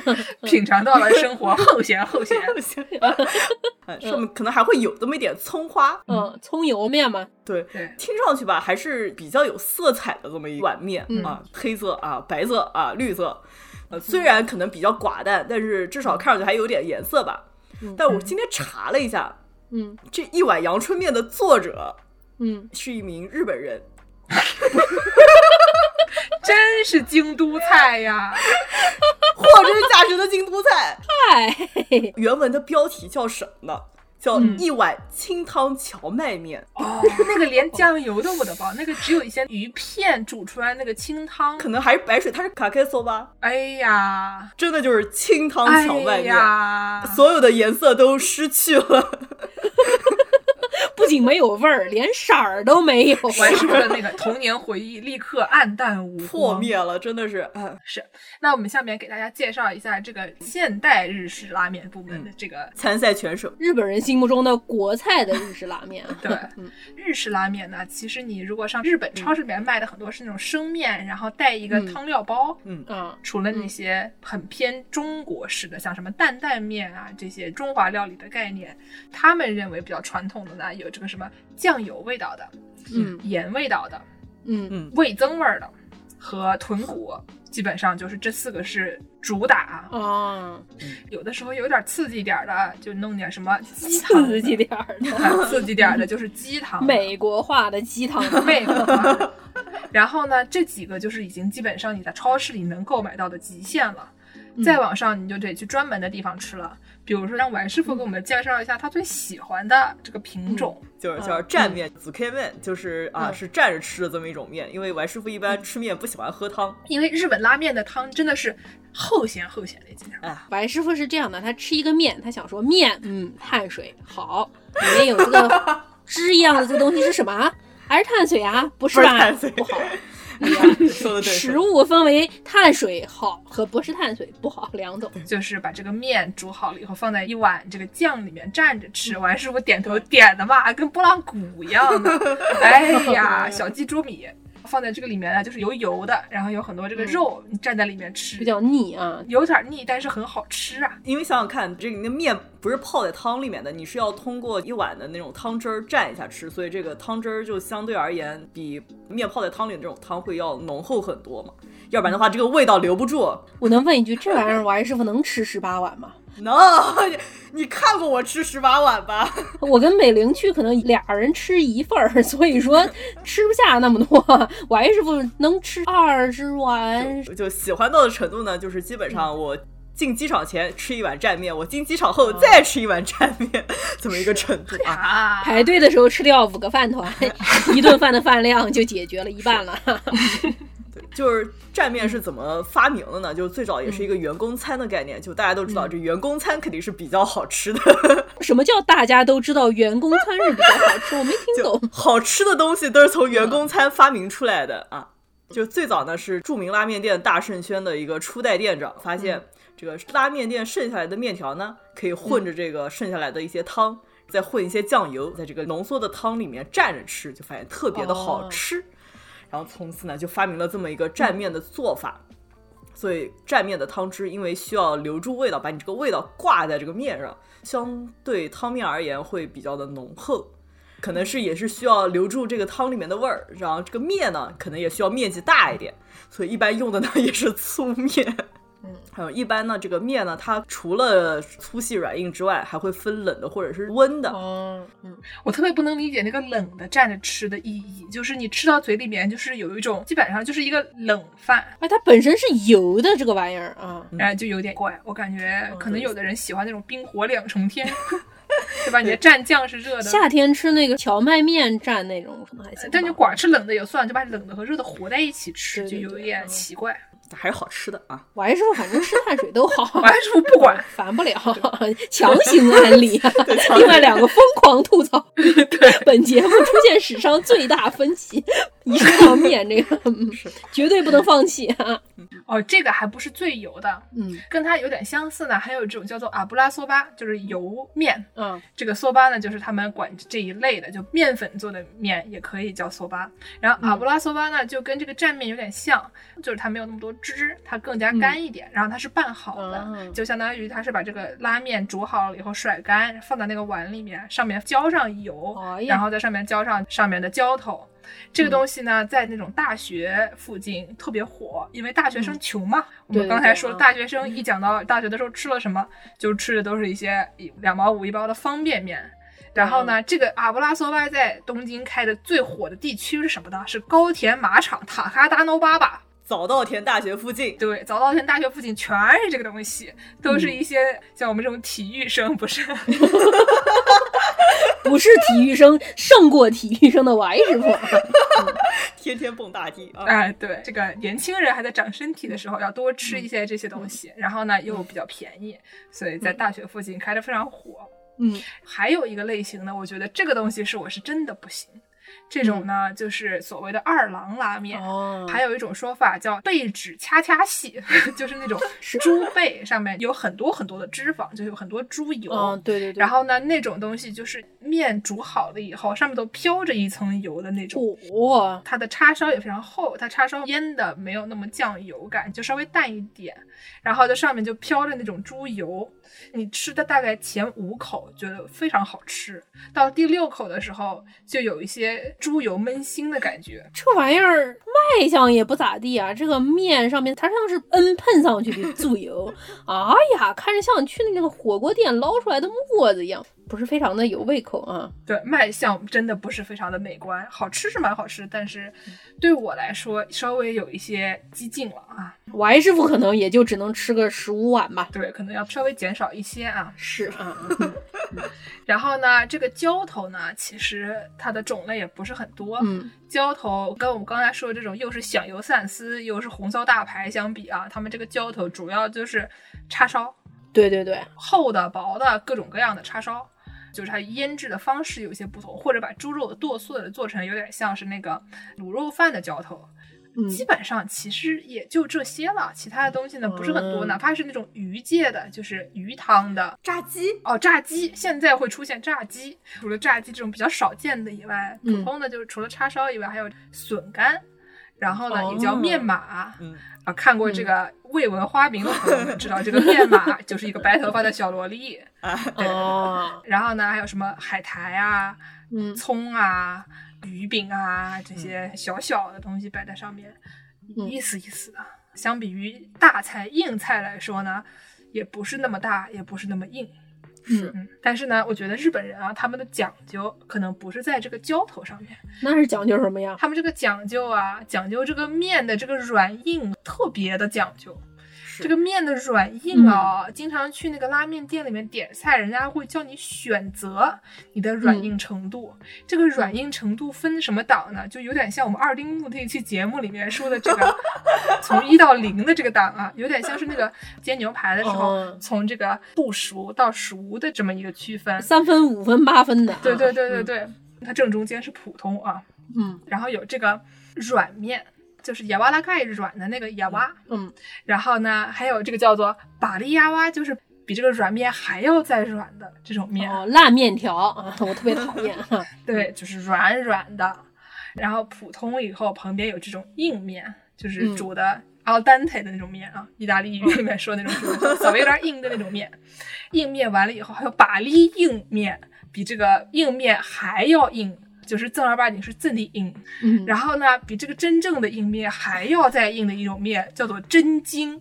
Speaker 3: 嗯
Speaker 1: 品尝到了生活后咸后 咸。
Speaker 3: 哎上
Speaker 1: 嗯
Speaker 3: 面可能还会有这么一点葱花，
Speaker 2: 嗯，葱油面嘛，
Speaker 3: 对，
Speaker 1: 对，
Speaker 3: 听上去吧，还是比较有色彩的这么一碗面、
Speaker 2: 嗯
Speaker 3: 啊，黑色啊，白色啊，绿色，呃，
Speaker 1: 嗯
Speaker 3: 虽然可能比较寡淡，但是至少看上去还有点颜色吧。
Speaker 2: 嗯
Speaker 3: 但我今天查了一下，
Speaker 2: 嗯
Speaker 3: 这一碗阳春面的作者
Speaker 2: 嗯，
Speaker 3: 是一名日 本人，
Speaker 1: 真是京都菜 呀！
Speaker 3: 货真价实的京都 菜。
Speaker 2: 嗨，
Speaker 3: 原文的标题叫什么呢？叫
Speaker 1: 嗯
Speaker 3: 一碗清汤荞麦面，
Speaker 1: 哦，那个连酱油都不得包，那个只有一些鱼片煮出来那个清汤。
Speaker 3: 可能还是白水，它是卡克索吧？
Speaker 1: 哎呀，
Speaker 3: 真的就是清汤
Speaker 1: 哎
Speaker 3: 荞麦面，
Speaker 1: 呀，
Speaker 3: 所有的颜色都失去了。
Speaker 2: 不仅没有味儿，连色儿都没 有。
Speaker 1: 完叔的那个童年回忆立刻暗淡无光
Speaker 3: 破。灭了，真的是，嗯，
Speaker 1: 那我们下面给大家介绍一下这个现代日式拉面部门
Speaker 3: 嗯
Speaker 1: 的这个。
Speaker 3: 参赛选手，
Speaker 2: 日本人心目中的国菜的日式拉面 啊，
Speaker 1: 对，日式拉面呢，其实你如果上日本超市里面卖的很多是那种生面，然后带一个
Speaker 2: 嗯
Speaker 1: 汤料包，
Speaker 2: 啊，
Speaker 1: 除了那些很偏中国式的，像什么担担面啊这些中华料理的概念，他们认为比较传统的呢，有这个什么酱油味道的、
Speaker 2: 嗯
Speaker 1: 盐味道的、
Speaker 2: 嗯
Speaker 1: 味增味儿的和豚骨，基本上就是这四个是主打啊。
Speaker 2: 啊，
Speaker 1: 有的时候有点刺激点儿的，就弄点什么鸡汤，
Speaker 2: 刺激点儿的，
Speaker 1: 啊刺激点儿的就是鸡汤，
Speaker 2: 美国化的鸡汤，
Speaker 1: 味道。然后呢，这几个就是已经基本上你在超市里能购买到的极限了。
Speaker 2: 嗯
Speaker 1: 再往上，你就得去专门的地方吃了。比如说，让王师傅给我们介绍一下他最喜欢的这个品种。
Speaker 3: 就是
Speaker 2: 嗯
Speaker 3: 叫蘸面，紫 K 面，就是啊，
Speaker 2: 嗯
Speaker 3: 是蘸着吃的这么一种面。因为王师傅一般吃面不喜欢喝汤，
Speaker 1: 因为日本拉面的汤真的是后咸后咸的，经常
Speaker 2: 白师傅是这样的，他吃一个面，他想说面，嗯，碳水好，里面有这个汁一样的这个东西是什么啊？还是碳水啊？不是
Speaker 3: 不是
Speaker 2: 吧？
Speaker 3: 碳水
Speaker 2: 不好。
Speaker 3: 说的对，
Speaker 2: 哎食物分为碳水好和不是碳水不好两种。
Speaker 1: 就是把这个面煮好了以后，放在一碗这个酱里面蘸着吃。
Speaker 2: 嗯
Speaker 1: 王师傅点头点的嘛，跟拨浪鼓一样的。哎 呀，小鸡啄米。放在这个里面呢，啊就是油油的，然后有很多这个肉，你蘸在里面吃，
Speaker 2: 嗯比较腻啊。
Speaker 1: 有点腻，但是很好吃啊。
Speaker 3: 因为想想看，这个你的面不是泡在汤里面的，你是要通过一碗的那种汤汁儿蘸一下吃，所以这个汤汁儿就相对而言比面泡在汤里的这种汤会要浓厚很多嘛。要不然的话，这个味道留不住。
Speaker 2: 我能问一句，这玩意儿王师傅能吃十八碗吗？
Speaker 3: no，你你看过我吃十八碗吧？
Speaker 2: 我跟美玲去，可能俩人吃一份儿， 所以说吃不下那么多。王师傅能吃 二十碗，
Speaker 3: 就喜欢到的程度呢，就是基本上我进机场前吃一碗蘸面，我进机场后再吃一碗蘸面，这么一个程度啊。
Speaker 1: 啊，
Speaker 2: 排队的时候吃掉五个饭团， 一顿饭的饭量就解决了一半了。
Speaker 3: 对， 就是蘸面是怎么发明的呢？就是最早也是一个员工餐的概念，就大家都知道，这员工餐肯定是比较好吃的，
Speaker 2: 什么叫大家都知道员工餐是比较好吃？我没听
Speaker 3: 就
Speaker 2: 懂。
Speaker 3: 好吃的东西都是从员工餐发明出来的啊。就最早呢是著名拉面店大圣轩的一个初代店长发现，这个拉面店剩下来的面条呢，可以混着这个剩下来的一些汤，再混一些酱油，在这个浓缩的汤里面蘸着吃，就发现特别的好吃。然后从此呢就发明了这么一个蘸面的做法。所以蘸面的汤汁，因为需要留住味道，把你这个味道挂在这个面上，相对汤面而言会比较的浓厚。可能是也是需要留住这个汤里面的味儿，然后这个面呢，可能也需要面积大一点，所以一般用的呢也是粗面。嗯，还有一般呢，这个面呢，它除了粗细软硬之外，还会分冷的或者是温的。
Speaker 2: 哦，
Speaker 1: 我特别不能理解那个冷的蘸着吃的意义，就是你吃到嘴里面，就是有一种基本上就是一个冷饭，
Speaker 2: 哎，它本身是油的这个玩意儿啊，
Speaker 1: 然后就有点怪。我感觉可能有的人喜欢那种冰火两重 天，对吧？你的蘸酱是热的，
Speaker 2: 夏天吃那个荞麦面蘸那种可能还行吧。
Speaker 1: 但你光吃冷的也算，就把冷的和热的和在一起吃，
Speaker 2: 对
Speaker 1: 就
Speaker 2: 对
Speaker 1: 有
Speaker 2: 对
Speaker 1: 一点
Speaker 2: 嗯
Speaker 1: 奇怪。
Speaker 3: 还是好吃的啊！
Speaker 2: 我还是说反正吃碳水都好
Speaker 1: 我。还是不管，
Speaker 2: 烦不了，强行安利。 另外两个疯狂吐槽，本节目出现史上最大分歧，一生当面，这 个嗯绝对不能放弃啊！
Speaker 1: 哦，这个还不是最油的，
Speaker 2: 嗯
Speaker 1: 跟它有点相似呢。还有这种叫做阿布拉索巴，就是油面。
Speaker 2: 啊
Speaker 1: 这个索巴呢，就是他们管这一类的，就面粉做的面也可以叫索巴。然后阿布拉索巴呢，就跟这个蘸面有点像，就是它没有那么多汁，它更加干一点。然后它是拌好的，
Speaker 2: 嗯
Speaker 1: 就相当于它是把这个拉面煮好了以后甩干，放在那个碗里面，上面浇上油，
Speaker 2: 哎呀嗯
Speaker 1: 然后在上面浇上上面的浇头。这个东西呢，在那种大学附近特别火，因为大学生穷嘛。我
Speaker 2: 嗯对
Speaker 1: 们刚才
Speaker 2: 对
Speaker 1: 说
Speaker 2: 啊
Speaker 1: 了，大学生一讲到大学的时候吃了什么，就吃的都是一些一两毛五一包的方便面。然后
Speaker 2: 嗯
Speaker 1: 呢，这个阿布拉索巴在东京开的最火的地区是什么呢？是高田马场塔哈达诺巴巴。
Speaker 3: 早稻田大学附近，啊
Speaker 1: 对，早稻田大学附近全是这个东西，都
Speaker 2: 嗯
Speaker 1: 是一些像我们这种体育生，不是？
Speaker 2: 不是体育生胜过体育生的 Y 师傅啊，
Speaker 1: 哦
Speaker 3: 天天蹦大地啊！
Speaker 1: 哎，对，这个年轻人还在长身体的时候，要多吃一些这些东西，然后呢又比较便宜，所以在大学附近开的非常火。
Speaker 2: 嗯，
Speaker 1: 还有一个类型呢，我觉得这个东西是我是真的不行，这种呢、就是所谓的二郎拉面。
Speaker 2: 哦
Speaker 1: 还有一种说法叫背脂掐掐细， 就是那种
Speaker 2: 是
Speaker 1: 猪背上面有很多很多的脂肪，就有很多猪油。
Speaker 2: 嗯，对对对，
Speaker 1: 然后呢，那种东西就是面煮好了以后，上面都飘着一层油的那种。
Speaker 2: 哇，
Speaker 1: 它的叉烧也非常厚，它叉烧腌的没有那么酱油感，就稍微淡一点，然后在上面就飘着那种猪油。你吃的大概前五口觉得非常好吃，到第六口的时候就有一些猪油焖腥的感觉。
Speaker 2: 这玩意儿卖相也不咋地啊，这个面上面它像是嗯喷上去 的猪油，哎呀，看着像去那个火锅店捞出来的沫子一样，不是非常的有胃口啊。
Speaker 1: 对，卖相真的不是非常的美观，好吃是蛮好吃，但是对我来说稍微有一些激进了啊。
Speaker 2: Y 师傅可能也就只能吃个十五碗吧。
Speaker 1: 对，可能要稍微减少一些啊。
Speaker 2: 是啊，
Speaker 1: 然后呢，这个浇头呢，其实它的种类也不是很多。
Speaker 2: 嗯，
Speaker 1: 浇头跟我们刚才说的这种又是响油鳝丝又是红烧大排相比啊，他们这个浇头主要就是叉烧，
Speaker 2: 对对对，
Speaker 1: 厚的、薄的，各种各样的叉烧。就是它腌制的方式有些不同，或者把猪肉剁碎了做成有点像是那个卤肉饭的浇头，
Speaker 2: 嗯，
Speaker 1: 基本上其实也就这些了，其他的东西呢不是很多，
Speaker 2: 嗯
Speaker 1: 哪怕是那种鱼界的，就是鱼汤的，
Speaker 3: 炸鸡，
Speaker 1: 哦，炸鸡现在会出现炸鸡，除了炸鸡这种比较少见的以外，
Speaker 2: 嗯
Speaker 1: 普通的就是除了叉烧以外，还有笋干，然后呢、
Speaker 2: 哦嗯
Speaker 1: 也叫面马
Speaker 3: 嗯，
Speaker 1: 啊。看过这个未闻花名的朋友们知道，这个面马就是一个白头发的小萝莉。 对
Speaker 2: 哦，
Speaker 1: 然后呢，还有什么海苔啊、
Speaker 2: 嗯
Speaker 1: 葱啊、鱼饼啊这些小小的东西摆在上面，
Speaker 2: 嗯
Speaker 1: 意思意思的。啊相比于大菜硬菜来说呢，也不是那么大，也不是那么硬。
Speaker 2: 是，
Speaker 1: 嗯，但是呢，我觉得日本人啊，他们的讲究可能不是在这个浇头上面，
Speaker 2: 那是讲究什么呀？
Speaker 1: 他们这个讲究啊，讲究这个面的这个软硬特别的讲究。
Speaker 3: 是
Speaker 1: 这个面的软硬啊，经常去那个拉面店里面点菜，人家会叫你选择你的软硬程度。这个软硬程度分什么档呢？就有点像我们二丁目那期节目里面说的这个从一到零的这个档啊，有点像是那个煎牛排的时候，
Speaker 2: 哦
Speaker 1: 从这个不熟到熟的这么一个区分。
Speaker 2: 三分、五分、八分的啊，
Speaker 1: 对对对对对，它正中间是普通啊，
Speaker 2: 嗯，
Speaker 1: 然后有这个软面，就是亚瓦拉盖软的那个亚瓦，
Speaker 2: 嗯，
Speaker 1: 然后呢还有这个叫做巴利亚瓦，就是比这个软面还要再软的这种面，
Speaker 2: 哦，烂面条啊，我特别讨厌啊。
Speaker 1: 对，就是软软的。然后普通以后旁边有这种硬面，就是
Speaker 2: 嗯
Speaker 1: 煮的 al dente 的那种面啊，意大利语里面说的那种煮的稍微有点硬的那种面。硬面完了以后还有把力硬面，比这个硬面还要硬。就是正儿八经是真的硬，
Speaker 2: 嗯，
Speaker 1: 然后呢，比这个真正的硬面还要再硬的一种面叫做针筋，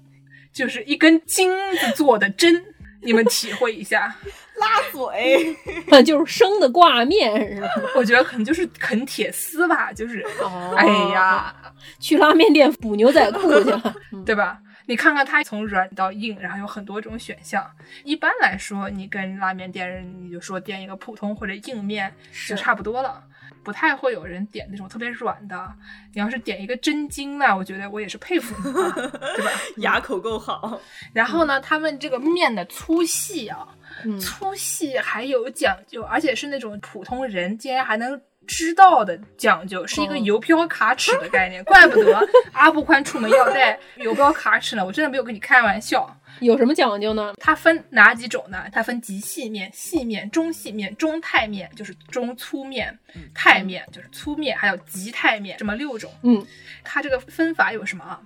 Speaker 1: 就是一根筋子做的针，你们体会一下。
Speaker 3: 拉嘴，
Speaker 2: 后就是生的挂面是吧？
Speaker 1: 我觉得可能就是啃铁丝吧，就是，
Speaker 2: 哦嗯
Speaker 1: 哎呀，
Speaker 2: 去拉面店补牛仔裤去了。
Speaker 1: 对吧？你看看它从软到硬，然后有很多种选项。一般来说，你跟拉面店人你就说点一个普通或者硬面
Speaker 2: 是
Speaker 1: 就差不多了，不太会有人点那种特别软的。你要是点一个真筋呢，我觉得我也是佩服你、啊，对吧？
Speaker 3: 牙口够好，
Speaker 1: 然后呢，他们这个面的粗细啊，
Speaker 2: 嗯
Speaker 1: 粗细还有讲究，而且是那种普通人竟然还能知道的讲究，是一
Speaker 2: 嗯
Speaker 1: 个邮票卡尺的概念，怪不得阿布宽出门要带邮票卡尺呢。我真的没有跟你开玩笑。
Speaker 2: 有什么讲究呢？
Speaker 1: 它分哪几种呢？它分极细面、细面、中细面、中太面，就是中粗面、太面就是粗面，还有极太面，这么六种。
Speaker 2: 嗯，
Speaker 1: 它这个分法有什么啊？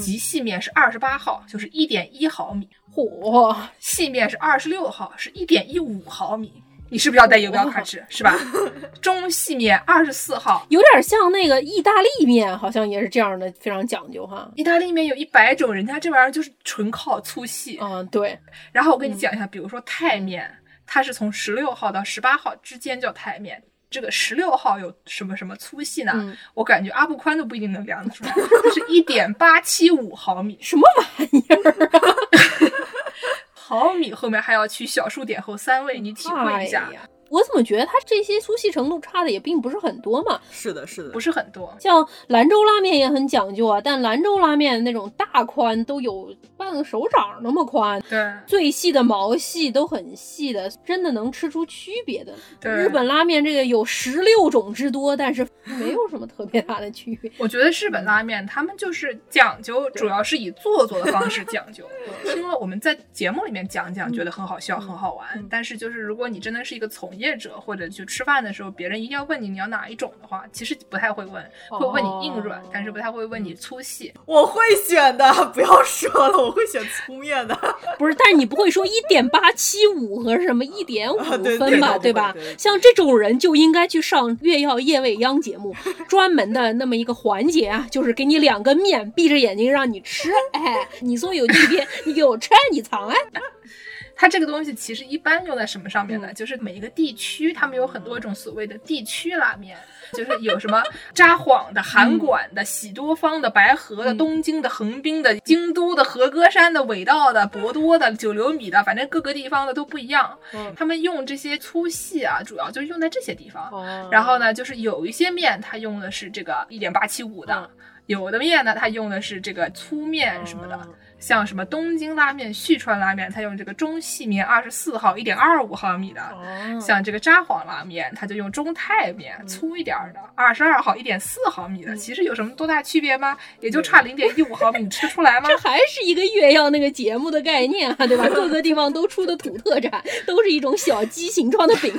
Speaker 1: 极细面是二十八号，就是一点一毫米；
Speaker 2: 嚯，
Speaker 1: 细面是二十六号，是一点一五毫米。你是不是要带游标卡尺？是吧？中细面二十四号，
Speaker 2: 有点像那个意大利面，好像也是这样的，非常讲究哈。
Speaker 1: 意大利面有一百种，人家这玩意儿就是纯靠粗细。
Speaker 2: 嗯，对，
Speaker 1: 然后我跟
Speaker 2: 嗯
Speaker 1: 你讲一下，比如说泰面，它是从十六号到十八号之间叫泰面。这个十六号有什么什么粗细呢？
Speaker 2: 嗯
Speaker 1: 我感觉阿布宽都不一定能量得出来，它是一点八七五毫米，
Speaker 2: 什么玩意儿？啊
Speaker 1: 毫米后面还要取小数点后三位，你体会一下，
Speaker 2: 哎呀我怎么觉得它这些粗细程度差的也并不是很多嘛？
Speaker 3: 是的，是的，
Speaker 1: 不是很多。
Speaker 2: 像兰州拉面也很讲究啊，但兰州拉面那种大宽都有半个手掌那么宽，
Speaker 1: 对
Speaker 2: 最细的毛细都很细的，真的能吃出区别的。
Speaker 1: 对，
Speaker 2: 日本拉面这个有十六种之多，但是没有什么特别大的区别。
Speaker 1: 我觉得日本拉面他们就是讲究，主要是以做作的方式讲究。听了我们在节目里面讲讲，觉得很好笑、很好玩。但是就是如果你真的是一个从业者，或者去吃饭的时候，别人一定要问你你要哪一种的话，其实不太会问，会问你硬软
Speaker 2: 哦，
Speaker 1: 但是不太会问你粗细。
Speaker 3: 我会选的， 不要说了，我会选粗面的。
Speaker 2: 不是，但是你不会说一点八七五和什么一点五
Speaker 3: 啊对
Speaker 2: 分吧，
Speaker 3: 对对
Speaker 2: 吧
Speaker 3: 对对对？
Speaker 2: 像这种人就应该去上《月曜夜未央》节 目，专门的那么一个环节啊，就是给你两个面，闭着眼睛让你吃，哎，你说有区别，你给我吃，你尝，哎，
Speaker 1: 它这个东西其实一般用在什么上面
Speaker 2: 嗯
Speaker 1: 呢？就是每一个地区，他们有很多种所谓的地区拉面，就是有什么札幌的、
Speaker 2: 嗯
Speaker 1: 函馆的、喜多方的、白河的、东京的、横滨的、京都的、和歌山的、尾道的、博多的、九流米的，反正各个地方的都不一样
Speaker 2: 嗯。
Speaker 1: 他们用这些粗细啊，主要就是用在这些地方。
Speaker 2: 哦
Speaker 1: 然后呢，就是有一些面它用的是这个一点八七五的
Speaker 2: 嗯，
Speaker 1: 有的面呢它用的是这个粗面什么的
Speaker 2: 哦，
Speaker 1: 像什么东京拉面、旭川拉面，它用这个中细面二十四号一点二五毫米的。
Speaker 2: 嗯
Speaker 1: 像这个札幌拉面，它就用中太面、粗一点儿的，二十二号一点四毫米
Speaker 2: 嗯
Speaker 1: 的，其实有什么多大区别吗？也就差零点一五毫米，你吃出 来吗？
Speaker 2: 这还是一个月曜那个节目的概念啊， 对吧？各个地方都出的土特产， 都是一种小鸡形状的饼，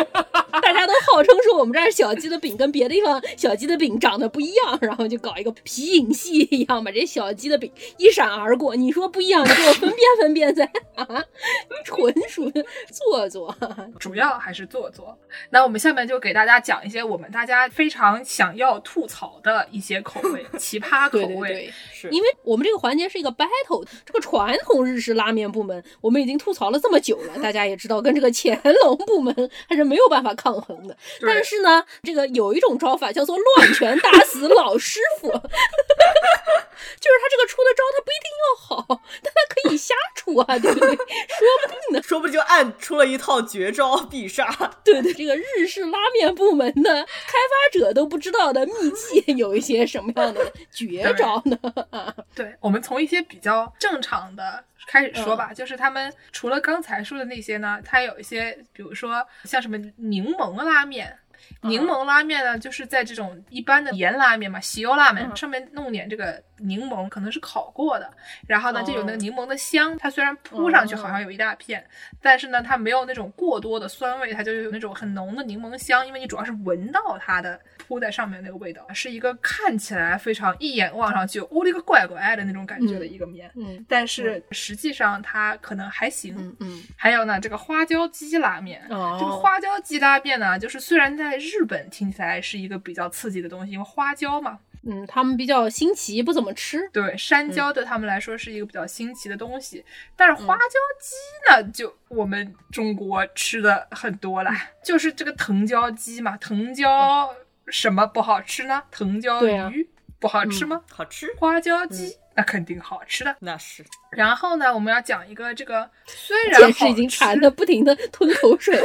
Speaker 2: 大家都号称说我们这儿小鸡的饼跟别的地方小鸡的饼长得不一样，然后就搞一个皮影戏一样，把这小鸡的饼一闪而过。你说不一样，你给我分辨分辨噻啊！纯属做作，
Speaker 1: 主要还是做作。那我们下面就给大家讲一些我们大家非常想要吐槽的一些口 味，奇葩口
Speaker 2: 对
Speaker 1: 味。
Speaker 2: 对对。
Speaker 3: 是
Speaker 2: 因为我们这个环节是一个 battle，这个传统日式拉面部门我们已经吐槽了这么久 了，大家也知道跟这个乾隆部门还是没有办法抗衡的。
Speaker 1: 对
Speaker 2: 但是呢，这个有一种招法叫做乱拳打死老师傅， 就是他这个出的招他不一定要好，但他可以瞎出啊，对不 对？
Speaker 3: 说不定就暗出了一套绝招必杀。
Speaker 2: 对对，这个日式拉面部门的开发者都不知道的秘技有一些什么样的绝招呢？
Speaker 1: 对，我们从一些比较正常的开始说吧，就是他们除了刚才说的那些呢，它有一些，比如说像什么柠檬拉面。柠檬拉面呢，就是在这种一般的盐拉面嘛，西欧拉面、上面弄点这个柠檬，可能是烤过的，然后呢就有那个
Speaker 2: 哦
Speaker 1: 柠檬的香。它虽然铺上去好像有一大片，但是呢它没有那种过多的酸味，它就有那种很浓的柠檬香，因为你主要是闻到它的铺在上面那个味道，是一个看起来非常一眼望上去，我勒个乖乖的那种感觉的一个面，
Speaker 2: 嗯
Speaker 1: 但是实际上它可能还行。
Speaker 2: 嗯嗯，
Speaker 1: 还有呢，这个花椒鸡拉面。
Speaker 2: 哦
Speaker 1: 这个花椒鸡拉面呢，就是虽然在日本听起来是一个比较刺激的东西，因为花椒嘛，
Speaker 2: 嗯，他们比较新奇，不怎么吃。
Speaker 1: 对山
Speaker 2: 嗯
Speaker 1: 椒对他们来说是一个比较新奇的东西，但是
Speaker 2: 嗯
Speaker 1: 花椒鸡呢，就我们中国吃的很多
Speaker 2: 嗯
Speaker 1: 啦， 就是这个藤椒鸡嘛，藤椒什么不好吃呢？藤椒
Speaker 2: 对啊嗯
Speaker 1: 鱼、不好吃吗？
Speaker 3: 好吃，
Speaker 1: 花椒鸡、那肯定好吃的。
Speaker 3: 那是
Speaker 1: 然后呢，我们要讲一个这个 虽然
Speaker 2: 解
Speaker 1: 好
Speaker 2: 释已经
Speaker 1: 吃哎
Speaker 2: 馋的不停的吞口水了，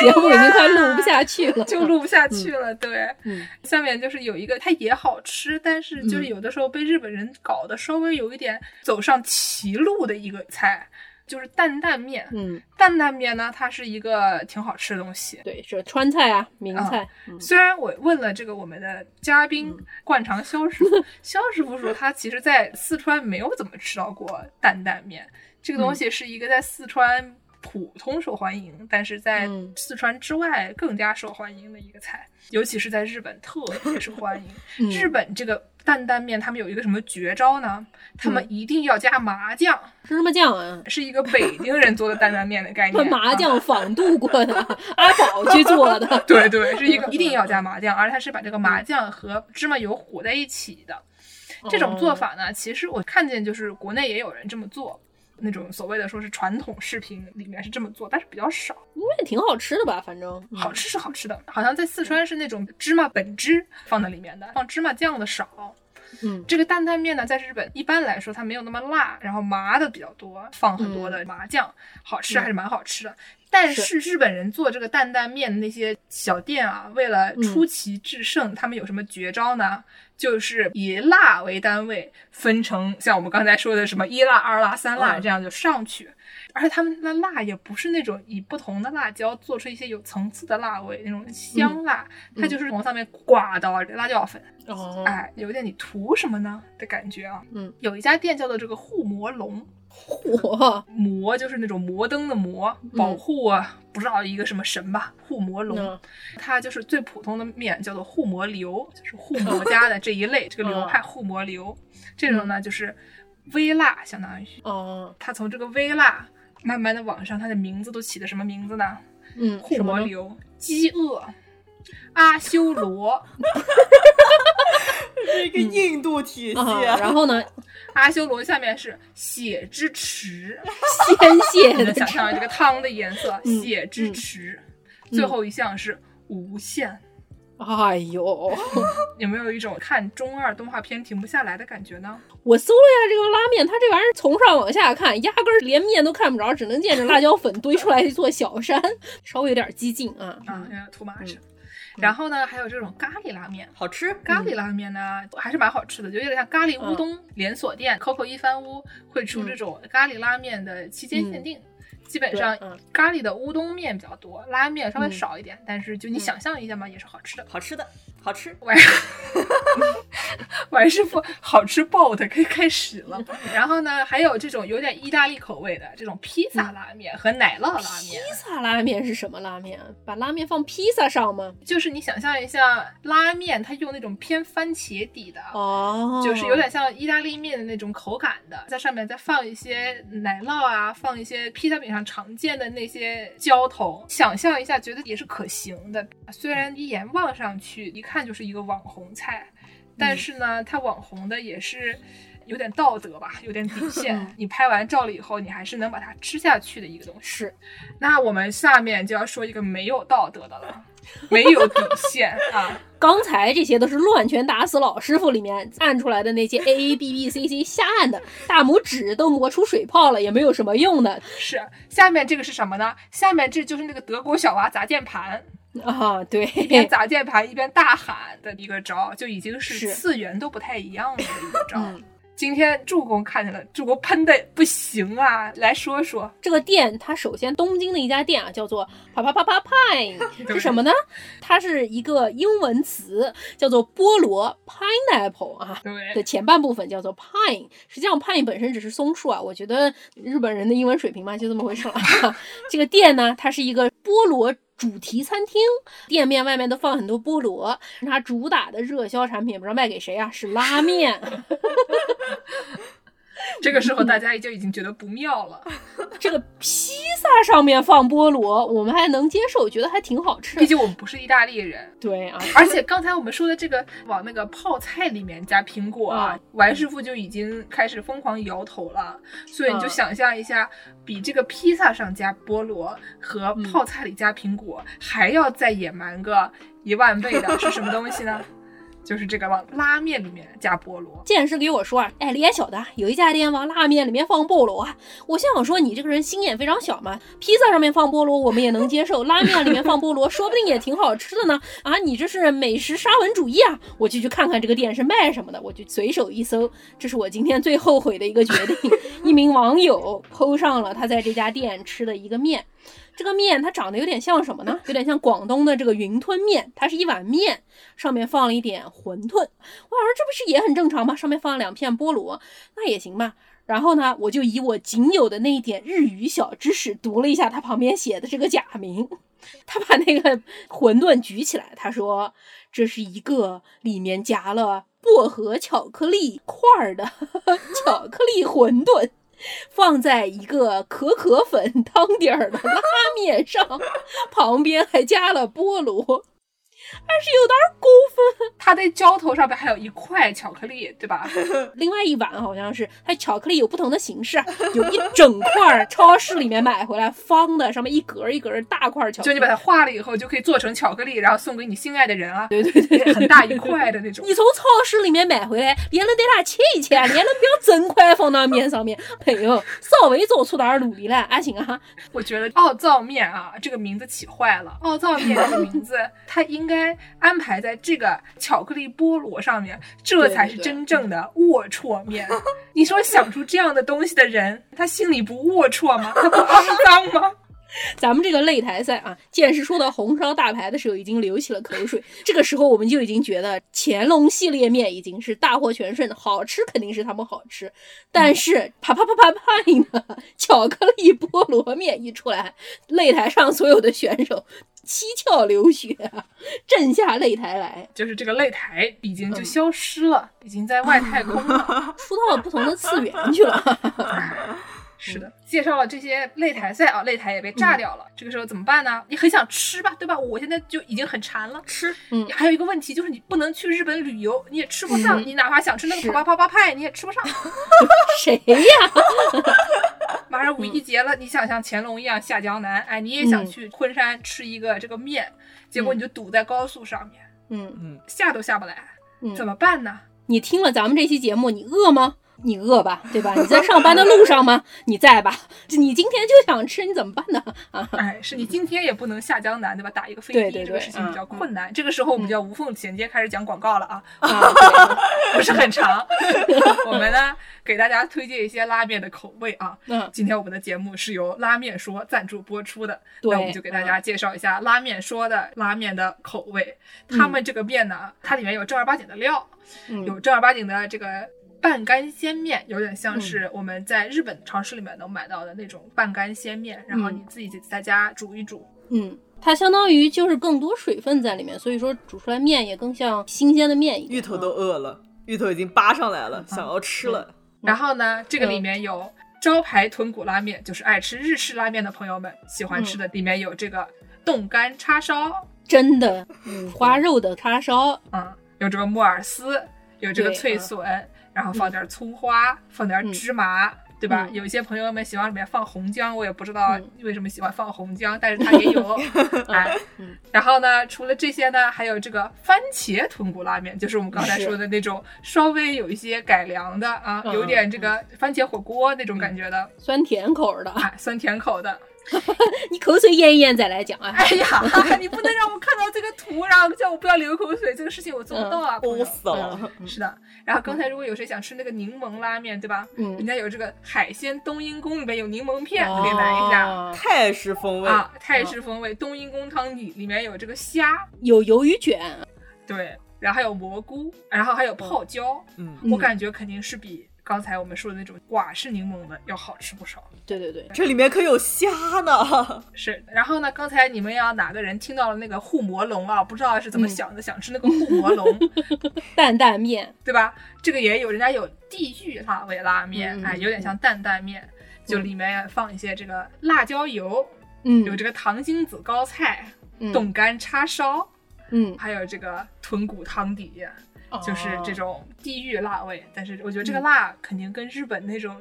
Speaker 2: 节目已经快录不下去 了。
Speaker 1: 就录不下去了。对，
Speaker 2: 嗯
Speaker 1: 下面就是有一个，它也好吃，但是就是有的时候被日本人搞得稍微有一点走上歧路的一个菜，就是担担面。
Speaker 2: 嗯，
Speaker 1: 担担面呢，它是一个挺好吃的东西。
Speaker 2: 对，是川菜啊，名
Speaker 1: 啊
Speaker 2: 菜。嗯
Speaker 1: 虽然我问了这个我们的嘉宾灌肠肖师 傅，肖师傅说他其实在四川没有怎么吃到过担担面，这
Speaker 2: 嗯
Speaker 1: 个东西是一个在四川普通受欢迎，但是在
Speaker 2: 嗯
Speaker 1: 四川之外更加受欢迎的一个菜，尤其是在日本特别受欢迎。
Speaker 2: 嗯
Speaker 1: 日本这个担担面，他们有一个什么绝招呢？他
Speaker 2: 嗯
Speaker 1: 们一定要加麻酱，
Speaker 2: 芝麻酱啊，
Speaker 1: 是一个北京人做的担担面的 概念。
Speaker 2: 麻
Speaker 1: 啊
Speaker 2: 酱仿度过的，阿宝去做的。
Speaker 1: 对对，是一 个一定要加麻酱，而且它是把这个
Speaker 2: 嗯
Speaker 1: 麻酱和芝麻油和在一起的。
Speaker 2: 哦
Speaker 1: 这种做法呢，其实我看见就是国内也有人这么做，那种所谓的说是传统视频里面是这么做，但是比较少。
Speaker 2: 应该挺好吃的吧？反正嗯
Speaker 1: 好吃是好吃的，好像在四川是那种芝麻本汁放在里面的，放芝麻酱的少。
Speaker 2: 嗯
Speaker 1: 这个担担面呢，在日本一般来说它没有那么辣，然后麻的比较多，放很多的麻酱，好吃
Speaker 2: 嗯
Speaker 1: 还是蛮好吃的。但
Speaker 2: 是
Speaker 1: 是日本人做这个担担面的那些小店啊，为了
Speaker 2: 嗯
Speaker 1: 出奇制胜，他们有什么绝招呢？就是以辣为单位分成，像我们刚才说的什么一辣、二辣、三辣
Speaker 3: 嗯
Speaker 1: 这样就上去，而且他们的辣也不是那种以不同的辣椒做出一些有层次的辣味，那种香辣，
Speaker 2: 嗯
Speaker 1: 它就是从上面刮到辣椒粉，
Speaker 2: 哦，
Speaker 1: 哎，有点你图什么呢的感觉啊。
Speaker 2: 嗯，
Speaker 1: 有一家店叫做这个护魔龙，
Speaker 2: 火
Speaker 1: 魔就是那种摩登的摩，保护啊，不知道一个什么神吧，护魔龙。
Speaker 2: 嗯
Speaker 1: 它就是最普通的面，叫做护魔流，就是护魔家的这一 类，这个流派护魔流。
Speaker 2: 嗯
Speaker 1: 这种呢就是微辣，相当于
Speaker 2: 哦，
Speaker 1: 它从这个微辣慢慢的往上，它的名字都起的什么名字呢？
Speaker 2: 嗯，
Speaker 1: 护
Speaker 2: 什么
Speaker 1: 魔
Speaker 2: 呢
Speaker 1: 流、饥饿、阿修罗。
Speaker 3: 这个印度体系，
Speaker 2: 啊？然后呢，
Speaker 1: 阿修罗下面是血之池，
Speaker 2: 鲜蟹
Speaker 1: 你能
Speaker 2: 的
Speaker 1: 想象这个汤的颜色，
Speaker 2: 嗯
Speaker 1: 血之池。最后一项是无限，
Speaker 2: 哎呦，
Speaker 1: 有没有一种看中二动画片停不下来的感觉呢？
Speaker 2: 我搜了一下这个拉面，它这玩意儿从上往下看，压根儿连面都看不着，只能见着辣椒粉堆出来一座小山，稍微有点激进啊。
Speaker 1: 啊，有点 too much。然后呢，还有这种咖喱拉面。
Speaker 3: 好吃。
Speaker 1: 咖喱
Speaker 2: 嗯
Speaker 1: 拉面呢，还是蛮好吃的，就有点像咖喱乌冬连锁店 COCO 一番屋会出这种咖喱拉面的期间限定。基本上
Speaker 2: 嗯对嗯
Speaker 1: 咖喱的乌冬面比较多，拉面稍微
Speaker 2: 嗯
Speaker 1: 少一点，但是就你想象一下嘛，也是好吃的。
Speaker 3: 好吃的，好吃。
Speaker 1: 完，完师傅好吃爆的，可以开始了。然后呢，还有这种有点意大利口味的这种披萨拉面和奶酪拉面，
Speaker 2: 披萨拉面是什么拉面啊？把拉面放披萨上吗？
Speaker 1: 就是你想象一下，拉面它用那种偏番茄底的。
Speaker 2: 哦，
Speaker 1: 就是有点像意大利面的那种口感的，在上面再放一些奶酪啊，放一些披萨饼上常见的那些浇头，想象一下，觉得也是可行的。虽然一眼望上去一看就是一个网红菜，但是呢，它网红的也是。有点道德吧，有点底线。你拍完照了以后，你还是能把它吃下去的一个东西。
Speaker 2: 是
Speaker 1: 那我们下面就要说一个没有道德的了，没有底线啊。
Speaker 2: 刚才这些都是《乱拳打死老师傅》里面按出来的那些 A A B B C C 瞎按的，大拇指都磨出水泡了，也没有什么用的
Speaker 1: 是，下面这个是什么呢？下面这就是那个德国小娃砸键盘，
Speaker 2: 啊。对，
Speaker 1: 一边砸键盘一边大喊的一个招，就已经是
Speaker 2: 是
Speaker 1: 次元都不太一样的一个招。
Speaker 2: 嗯
Speaker 1: 今天助攻看见了，助攻喷的不行啊，来说说
Speaker 2: 这个店它首先东京的一家店啊，叫做啪啪啪啪 pine 是什么呢？它是一个英文词，叫做菠萝 pineapple 啊。的
Speaker 1: 对。
Speaker 2: 前半部分叫做 pine，实际上 pine 本身只是松树啊。我觉得日本人的英文水平嘛，就这么回事了。啊 这个店呢，它是一个菠萝主题餐厅，店面外面都放很多菠萝。它主打的热销产品不知道卖给谁啊，是拉面。
Speaker 1: 这个时候大家就已经觉得不妙 了，
Speaker 2: 这个披萨上面放菠萝，我们还能接受，觉得还挺好吃
Speaker 1: 毕。竟我们不是意大利人。
Speaker 2: 对啊，
Speaker 1: 而且刚才我们说的这个往那个泡菜里面加苹果啊
Speaker 2: 嗯，
Speaker 1: 王师傅就已经开始疯狂摇头了。所以你就
Speaker 2: 嗯
Speaker 1: 想象一下，比这个披萨上加菠萝和
Speaker 2: 嗯
Speaker 1: 泡菜里加苹果还要再野蛮个一万倍的是什么东西呢？ 就是这个往拉面里面加菠萝。
Speaker 2: 剑师给我说啊，哎，李安小的有一家店往拉面里面放菠萝啊，我心想说你这个人心眼非常小嘛，披萨上面放菠萝我们也能接受，拉面里面放菠萝说不定也挺好吃的呢。啊，你这是美食沙文主义啊！我就去看看这个店是卖什么的，我就随手一搜，这是我今天最后悔的一个决定。一名网友 PO 上了他在这家店吃的一个面。这个面它长得有点像什么呢？有点像广东的这个云吞面，它是一碗面，上面放了一点馄饨。我想说这不是也很正常吗？上面放了两片菠萝，那也行吧。然后呢，我就以我仅有的那一点日语小知识读了一下它旁边写的这个假名。 他把那个馄饨举起来，他说：“这是一个里面夹了薄荷巧克力块儿的 巧克力馄饨。”放在一个可可粉汤底儿的拉面上，旁边还加了菠萝， 还是有点儿过分。
Speaker 1: 它在浇头上面还有一块巧克力，对吧？
Speaker 2: 另外一碗好像是它巧克力有不同的形式啊，有一整块儿超市里面买回来方的，上面一格儿一格儿大块儿巧克
Speaker 1: 就
Speaker 2: 力
Speaker 1: 你把。它化了以后，就可以做成巧克力，然后送给你心爱的人啊。对 对对，很大一块的那种。
Speaker 2: 你从超市里面买回来，连人带它切一切，连人不要整块放到面上面。朋友，稍微做出点儿努力来，还行啊。
Speaker 1: 我觉得奥灶面啊，这个名字起坏了。奥灶面这个名字，它应该安排在这个巧克力菠萝上面，这才是真正的龌龊面。你说想出这样的东西的人，他心里不龌龊吗？他不肮脏吗？
Speaker 2: 咱们这个擂台赛啊，剑师说到红烧大排的时候已经流起了口水，这个时候我们就已经觉得乾隆系列面已经是大获全胜，好吃肯定是他们好吃，但是啪啪啪啪啪一呢，巧克力菠萝面一出来，擂台上所有的选手七窍流血啊， 震下擂台来。
Speaker 1: 就是这个擂台已经就消失了，已经在外太空了。
Speaker 2: 出到不同的次元去了，
Speaker 1: 是的，介绍了这些擂台赛啊，擂台也被炸掉了。这个时候怎么办呢？你很想吃吧，对吧？我现在就已经很馋了。
Speaker 3: 吃
Speaker 2: 嗯
Speaker 1: 还有一个问题就是你不能去日本旅游，你也吃不上。
Speaker 2: 嗯
Speaker 1: 你哪怕想吃那个
Speaker 2: 是
Speaker 1: 啪啪啪啪派，你也吃不上。
Speaker 2: 谁呀？
Speaker 1: 马上五一节了，你想像乾隆一样下江南，哎，你也想
Speaker 2: 嗯
Speaker 1: 去昆山吃一个这个面，结果
Speaker 2: 嗯
Speaker 1: 你就堵在高速上面，
Speaker 2: 嗯
Speaker 1: 下都下不来，
Speaker 2: 嗯，
Speaker 1: 怎么办呢？
Speaker 2: 你听了咱们这期节目，你饿吗？你饿吧，对吧？你在上班的路上吗？ 你在吧？你今天就想吃，你怎么办呢？
Speaker 1: 哎，是你今天也不能下江南，对吧？打一个飞
Speaker 2: 对
Speaker 1: 机
Speaker 2: 对
Speaker 1: 这个
Speaker 2: 对
Speaker 1: 事情比较
Speaker 2: 嗯
Speaker 1: 困难。这个时候我们就要无缝衔接，开始讲广告了啊，
Speaker 2: 啊，对
Speaker 1: 不是很长。我们呢给大家推荐一些拉面的口味啊。
Speaker 2: 嗯，
Speaker 1: 今天我们的节目是由拉面说赞助播出的，
Speaker 2: 对
Speaker 1: 那我们就给大家介绍一下拉面说的拉面的口味。
Speaker 2: 嗯
Speaker 1: 他们这个面呢，它里面有正儿八经的料，
Speaker 2: 嗯
Speaker 1: 有正儿八经的这个半干鲜面，有点
Speaker 2: 嗯
Speaker 1: 像是我们在日本超市里面能买到的那种半干鲜面，然后你自己在家煮一煮。
Speaker 2: 嗯，它相当于就是更多水分在里面，所以说煮出来面也更像新鲜的面一样。
Speaker 3: 芋头都饿了，芋头已经扒上来了，想要吃了。
Speaker 2: 嗯
Speaker 1: 然后呢，这个里面有招牌豚骨拉面，就是爱吃日式拉面的朋友们喜欢
Speaker 2: 嗯
Speaker 1: 吃的，里面有这个冻干叉烧，
Speaker 2: 真的，嗯，花肉的叉烧，
Speaker 1: 嗯，有这个木耳丝，有这个
Speaker 2: 对嗯
Speaker 1: 脆笋，然后放点葱花，放点芝麻。对吧？
Speaker 2: 嗯
Speaker 1: 有一些朋友们喜欢里面放红姜，我也不知道
Speaker 2: 嗯
Speaker 1: 为什么喜欢放红姜，但是它也有。哎
Speaker 2: 嗯，
Speaker 1: 然后呢，除了这些呢，还有这个番茄豚骨拉面，就是我们刚才
Speaker 2: 是
Speaker 1: 说的那种稍微有一些改良的啊，
Speaker 2: 嗯
Speaker 1: 有点这个番茄火锅那种感觉的，
Speaker 2: 酸甜口儿的，
Speaker 1: 哎，酸甜口的。
Speaker 2: 你口水咽一咽再来讲啊。
Speaker 1: 哎呀， 你不能让我看到这个图，然后叫我不要流口水，这个事情我做不到
Speaker 2: 嗯
Speaker 1: 啊。朋
Speaker 3: 齁
Speaker 1: 友
Speaker 3: 死了！
Speaker 1: 是的，然后刚才如果有谁想吃那个柠檬拉面，对吧？
Speaker 2: 嗯
Speaker 1: 人家有这个海鲜冬阴功，里面有柠檬片，可以来一下。
Speaker 2: 哦
Speaker 3: 泰式风味，
Speaker 1: 啊，泰式风味冬阴功汤底里面有这个虾，
Speaker 2: 有鱿鱼卷，
Speaker 1: 对，然后还有蘑菇，然后还有泡椒，
Speaker 3: 嗯，
Speaker 1: 我感觉肯定是比刚才我们说的那种寡式柠檬的要好吃不少。
Speaker 2: 对对对，
Speaker 3: 这里面可有虾呢。
Speaker 1: 是，然后呢？刚才你们要哪个人听到了那个护魔龙啊？不知道是怎么想的，想吃那个护魔龙，
Speaker 2: 担担面，
Speaker 1: 对吧？这个也有，人家有地狱辣味拉面，
Speaker 2: 嗯
Speaker 1: 哎，有点像担担面，就
Speaker 2: 嗯
Speaker 1: 里面放一些这个辣椒油，
Speaker 2: 嗯，
Speaker 1: 有这个糖心子高菜、
Speaker 2: 嗯
Speaker 1: 冻干叉烧，
Speaker 2: 嗯，
Speaker 1: 还有这个豚骨汤底，就是这
Speaker 2: 哦
Speaker 1: 种地狱辣味。但是我觉得
Speaker 3: 嗯
Speaker 1: 这个辣肯定跟日本那 种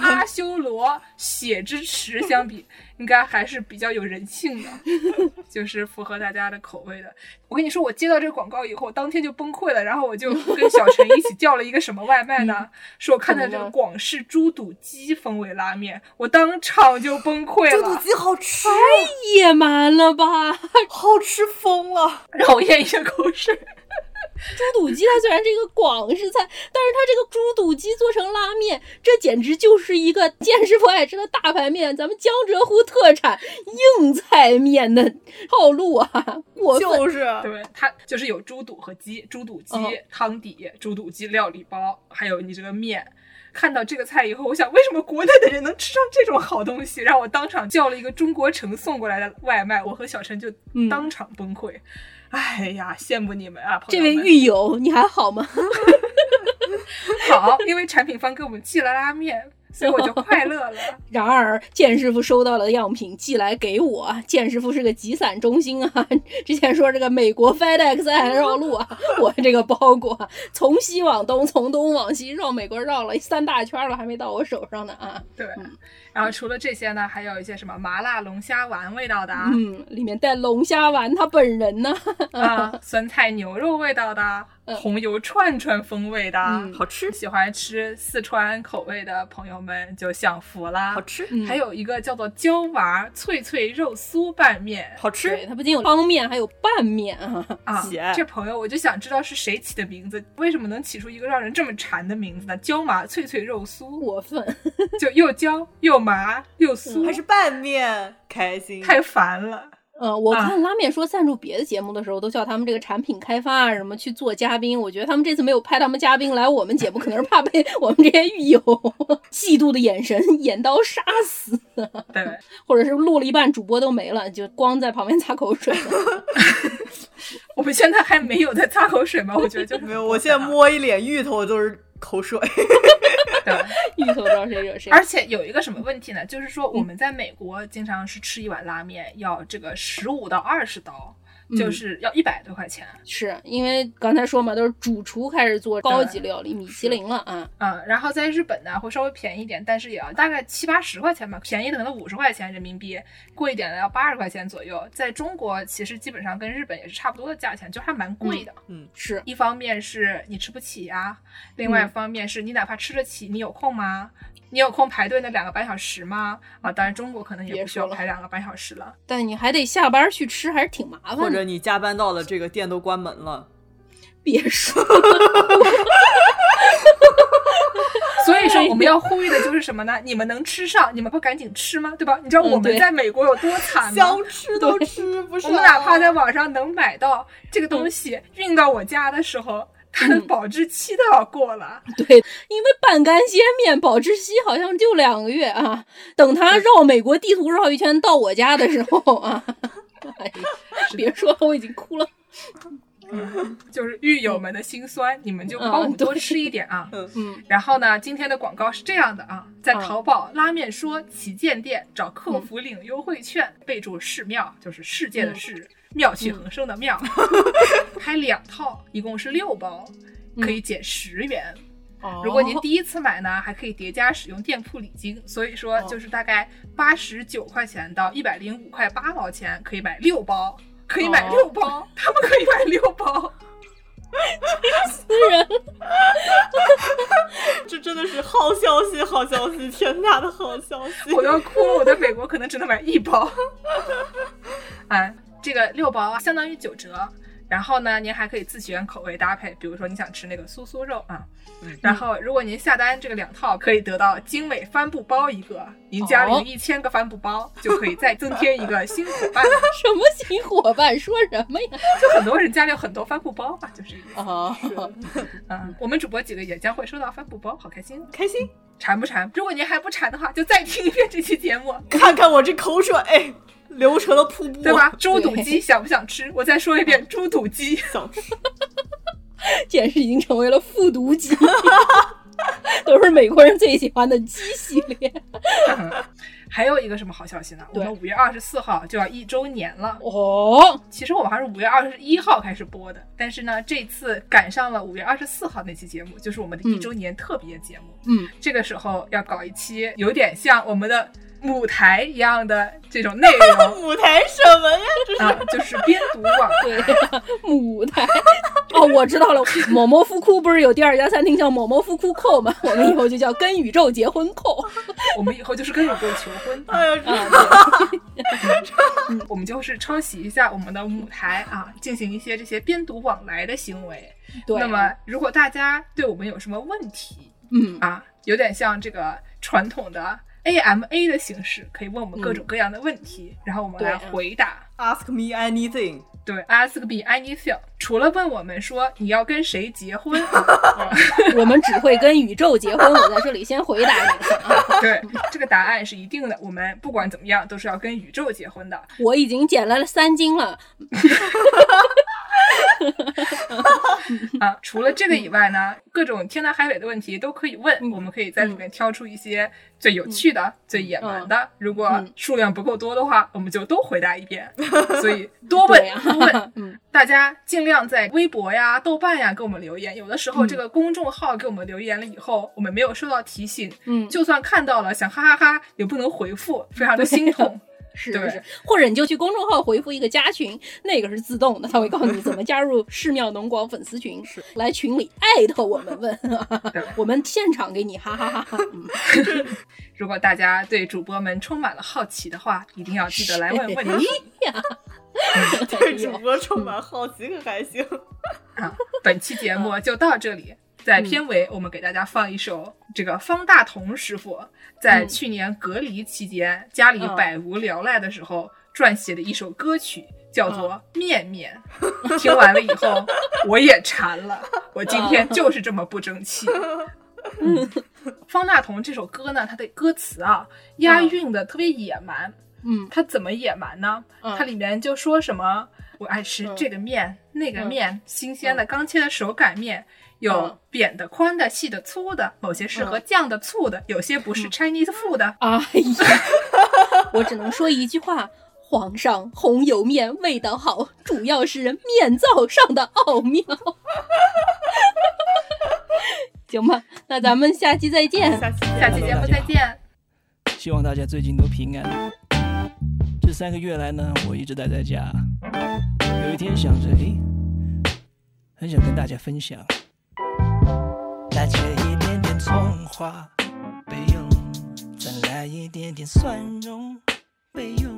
Speaker 1: 阿 修罗血之池相比，应该还是比较有人性的。就是符合大家的口味的。我跟你说，我接到这个广告以后，当天就崩溃了，然后我就跟小陈一起叫了一个什么外卖 呢？是我看的这个广式猪肚鸡风味拉面，我当场就崩溃
Speaker 3: 猪肚
Speaker 1: 了，
Speaker 3: 鸡好吃，
Speaker 2: 野蛮了吧？
Speaker 3: 好吃疯了。
Speaker 1: 让我咽一下口水。
Speaker 2: 猪肚鸡它虽然是一个广式菜，但是它这个猪肚鸡做成拉面，这简直就是一个见师傅爱吃的大排面，咱们江浙沪特产硬菜面的套路啊！过分，
Speaker 3: 就是
Speaker 1: 对，它就是有猪肚和鸡，猪肚鸡、
Speaker 2: 哦
Speaker 1: 汤底、猪肚鸡料理包，还有你这个面。看到这个菜以后，我想为什么国内的人能吃上这种好东西？让我当场叫了一个中国城送过来的外卖，我和小陈就
Speaker 3: 嗯
Speaker 1: 当场崩溃。哎呀，羡慕你们啊，朋
Speaker 2: 这
Speaker 1: 友
Speaker 2: 位
Speaker 1: 们！
Speaker 2: 狱友你还好吗？
Speaker 1: 好，因为产品方给我们寄了拉面，所以我就快乐了。
Speaker 2: 然而，剑师傅收到了样品寄来给我。剑师傅是个集散中心啊，之前说这个美国 FedEx 还绕路啊， 我这个包裹啊从西往东，从东往西，绕美国绕了三大圈了，还没到我手上呢啊。
Speaker 1: 对，然后除了这些呢，还有一些什么麻辣龙虾丸味道的啊，
Speaker 2: 嗯，里面带龙虾丸，他本人呢？
Speaker 1: 啊酸菜牛肉味道的啊，
Speaker 3: 嗯
Speaker 1: 红油串串风味的啊，
Speaker 2: 嗯
Speaker 3: 好吃，
Speaker 1: 喜欢吃四川口味的朋友们就享福啦
Speaker 3: 好。吃，
Speaker 2: 嗯
Speaker 1: 还有一个叫做椒麻脆脆肉酥拌面
Speaker 3: 好
Speaker 2: 对，
Speaker 3: 吃。
Speaker 2: 他不仅有方面，还有拌面啊。
Speaker 1: 啊
Speaker 3: 喜爱，
Speaker 1: 这朋友我就想知道是谁起的名字，为什么能起出一个让人这么馋的名字呢？椒麻脆脆肉酥，
Speaker 2: 过分，
Speaker 1: 就又椒又麻又酥，
Speaker 3: 嗯还是拌面，开心。
Speaker 1: 太烦了。
Speaker 2: 呃，我
Speaker 1: 啊
Speaker 2: 看拉面说赞助别的节目的时候，都叫他们这个产品开发啊什么去做嘉宾。我觉得他们这次没有派他们嘉宾来我们节目，可能是怕被我们这些狱友 嫉妒的眼神眼刀杀死，
Speaker 1: 对，
Speaker 2: 或者是录了一半主播都没了，就光在旁边 擦口水。
Speaker 1: 我们现在还没有在擦口水吗？我觉得就是
Speaker 3: 没有，我现在摸一脸芋头都是口水。
Speaker 1: 对。
Speaker 2: 芋头不知道谁惹谁。
Speaker 1: 而且有一个什么问题呢？就是说
Speaker 2: 嗯
Speaker 1: 我们在美国经常是吃一碗拉面要这个十五到二十刀，就是要一百多块钱。
Speaker 2: 嗯是因为刚才说嘛，都是主厨开始做高级
Speaker 1: 对
Speaker 2: 料理，米其林了啊。
Speaker 1: 嗯，然后在日本呢会稍微便宜一点，但是也要大概七八十块钱吧，便宜的可能五十块钱人民币，贵一点的要八十块钱左右。在中国其实基本上跟日本也是差不多的价钱，就还蛮
Speaker 2: 嗯
Speaker 1: 贵的。
Speaker 2: 是，
Speaker 1: 一方面是你吃不起呀、另
Speaker 2: 嗯
Speaker 1: 外一方面是你哪怕吃得起，你有空吗？你有空排队那两个半小时吗？啊，当然中国可能也
Speaker 2: 别
Speaker 1: 不需要
Speaker 2: 说了
Speaker 1: 排两个半小时了。
Speaker 2: 但你还得下班去吃，还是挺麻
Speaker 3: 或
Speaker 2: 烦的。
Speaker 3: 者你加班到了，这个店都关门了。
Speaker 2: 别说，
Speaker 1: 所以说我们要呼吁的就是什么呢？你们能吃上，你们不赶紧吃吗？对吧？你知道
Speaker 2: 嗯
Speaker 1: 我们
Speaker 2: 对
Speaker 1: 在美国有多惨吗？
Speaker 3: 想吃都吃不
Speaker 1: 我
Speaker 3: 上，
Speaker 1: 们哪怕
Speaker 2: 哦
Speaker 1: 在网上能买到这个
Speaker 2: 嗯
Speaker 1: 东西，运到我家的时候，它的保质期都要过了。
Speaker 2: 对，因为半干鲜面保质期好像就两个月啊。等他绕美国地图绕一圈到我家的时候 啊，哎呀别说了，我已经哭了。
Speaker 1: 就是狱友们的心酸，你们就帮我们
Speaker 2: 嗯对
Speaker 1: 多吃一点啊。
Speaker 2: 嗯，
Speaker 1: 然后呢，今天的广告是这样的啊，在
Speaker 2: 嗯
Speaker 1: 淘宝拉面说旗舰店找客服领优惠券，备注“世庙”，就是世界的世，妙趣横生的 妙，拍两套，一共是六包，可以减十元。如果您第一次买呢，还可以叠加使用店铺礼金，所以说就是大概八十九块钱到一百零五块八毛钱可以买六包，可以买六包，他们可以买六包。
Speaker 3: 这真的是好消息，好消息，天大的好消 息！
Speaker 1: 我都要哭了。我在美国可能只能买一包。哎，这个六包啊，相当于九折。然后呢，您还可以自选口味搭配，比如说你想吃那个酥酥肉啊。
Speaker 3: 嗯
Speaker 1: 然后，如果您下单这个两套，可以得到精美帆布包一个。您家里有
Speaker 2: 哦
Speaker 1: 一千个帆布包，就可以再增添一个新伙伴。
Speaker 2: 什么新伙伴说什么呀？
Speaker 1: 就很多人家里有很多帆布包吧，就是这个意思。
Speaker 2: 啊，
Speaker 1: 嗯，我们主播几个也将会收到帆布包，好开心。
Speaker 3: 开心，
Speaker 1: 馋不馋？如果您还不馋的话，就再听一遍这期节目。
Speaker 3: 看看我这口水，哎，流成了瀑布，
Speaker 1: 对吧？？猪肚
Speaker 2: 对嗯
Speaker 1: 鸡想不想吃？我再说一遍，猪肚鸡。
Speaker 3: 想吃，
Speaker 2: 简直已经成为了复读机， 都是美国人最喜欢的鸡系列。
Speaker 1: 还有一个什么好消息呢？我
Speaker 2: 对
Speaker 1: 们五月二十四号就要一周年了。
Speaker 2: 哦，
Speaker 1: 其实我们还是五月二十一号开始播的，但是呢，这次赶上了五月二十四号那期节目，就是我们的一周年特别节目。
Speaker 2: 嗯，
Speaker 1: 这个时候要搞一期有点像我们的母台一样的这种内 容
Speaker 3: 舞台什么呀？
Speaker 1: 啊、就是边读网
Speaker 2: 对，母台。 哦，我知道了， 某某夫库不是有第二家餐厅叫某某夫库扣吗？ 我们以后就叫跟宇宙结婚扣。
Speaker 1: 我们以后就是跟宇宙求 婚，嗯
Speaker 3: 哎呀，这
Speaker 2: 啊，对
Speaker 1: 我们就是抄袭一下我们的舞台啊，进行一些这些边读往来的行为。
Speaker 2: 对，啊
Speaker 1: 那么，如果大家对我们有什么问题
Speaker 2: 嗯，
Speaker 1: 啊，有点像这个传统的 AMA 的形式，可以问我们各种各样的问题，然后我们
Speaker 2: 嗯对
Speaker 1: 来
Speaker 2: 啊
Speaker 1: 回答。
Speaker 3: Ask me anything，
Speaker 1: 对，ask me anything。除了问我们说你要跟谁结婚，
Speaker 2: 我们只会跟宇宙结婚。我在这里先回答 你啊，
Speaker 1: 对，这个答案是一定的。我们不管怎么样，都是要跟宇宙结婚的。
Speaker 2: 我已经减了三斤了。
Speaker 1: 啊，除了这个以外呢，各种天南海北的问题都可以问，
Speaker 2: 嗯
Speaker 1: 我们可以在里面挑出一些最有趣的、最野蛮的。如果
Speaker 2: 嗯
Speaker 1: 数量不够多的话，我们就都回答一 遍。所以多问
Speaker 2: 对呀
Speaker 1: 多问，
Speaker 2: 嗯
Speaker 1: 大家尽量在微博呀、豆瓣呀给我们留言。有的时候
Speaker 2: 嗯
Speaker 1: 这个公众号给我们留言了以后，我们没有收到提醒，
Speaker 2: 嗯，
Speaker 1: 就算看到了，想哈哈哈也不能回复，非常的心 痛。
Speaker 2: 是
Speaker 1: 对
Speaker 2: 是，或者你就去公众号回复一个加群，那个是自动的，他会告诉你怎么加入寺庙农广粉 丝群，是来群里艾特我们问
Speaker 1: 对，
Speaker 2: 我们现场给你哈哈 哈哈。嗯
Speaker 1: 如果大家对主播们充满了好奇的话，一定要记得来问 问题。
Speaker 3: 对 主播充满好奇，可还行。
Speaker 1: 啊，本期节目就到这里。在片尾，我们给大家放一首这个方大同师傅在去年隔离期间家里百无聊赖的时候撰写的一首歌曲，叫做《面面》。听完了以后，我也馋了，我今天就是这么不争气。嗯方大同这首歌呢，它的歌词啊，押韵的特别野蛮。
Speaker 2: 嗯
Speaker 1: 它怎么野蛮呢？
Speaker 2: 嗯
Speaker 1: 它里面就说什么我爱吃这个面、那个面，新鲜的刚切的手擀面，有
Speaker 2: 嗯
Speaker 1: 扁的、宽的、细的、粗的，某些适合酱的、醋的，有些不
Speaker 2: 嗯
Speaker 1: 是 Chinese food 的。
Speaker 2: 哎呀，我只能说一句话。皇上，红油面味道好，主要是面灶上的奥妙。行吧，那咱们下期再见。
Speaker 3: 下期
Speaker 1: 下
Speaker 3: 见。
Speaker 1: 期节目再见。
Speaker 4: 希望大家最近都平安。这三个月来呢，我一直待在家。有一天想着，诶，很想跟大家分享，大切一点点葱花备用，再来一点点蒜蓉备用，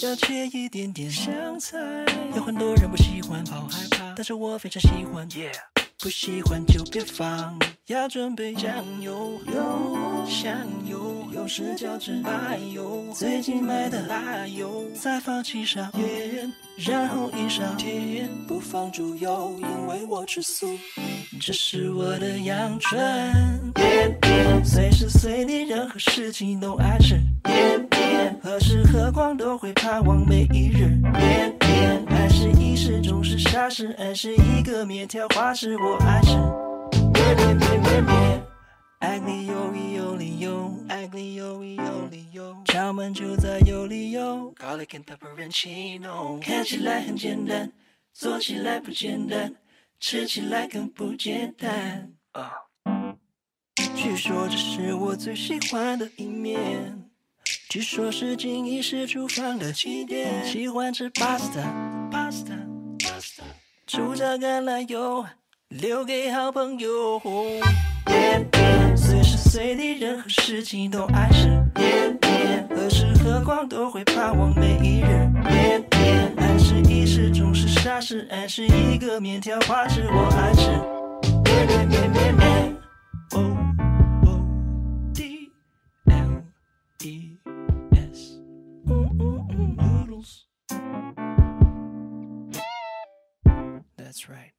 Speaker 4: 要切一点点香菜。有很多人不喜欢，好害怕，但是我非常喜欢。y 不喜欢就别放，要准备酱油、油香油，有时叫只白油，最近买的辣油，再放七勺盐，然后一勺甜，不放猪油，因为我吃素，这是我的养成。随时随地任何事情都爱吃，何时何况都会盼望每一日。爱是一时，总是傻事，爱是一个面条花式，我爱吃。面面面面面，爱你有理有理由，爱你有理有理由，敲门就在有理由。Garlic and pepperoncino，看起来很简单，做起来不简单，吃起来更不简单。啊、据说这是我最喜欢的一面。据说是锦衣是厨房的起点，喜欢吃 pasta pasta pasta，主打橄榄油，留给好朋友。随时随地任何事情都爱吃，何时何况都会盼望每一日。爱是一时，总是傻事，爱是一个面条花式，我爱吃。O O D L E S. Mm, mm, mm, Noodles. E That's right.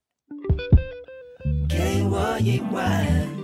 Speaker 4: 给我一碗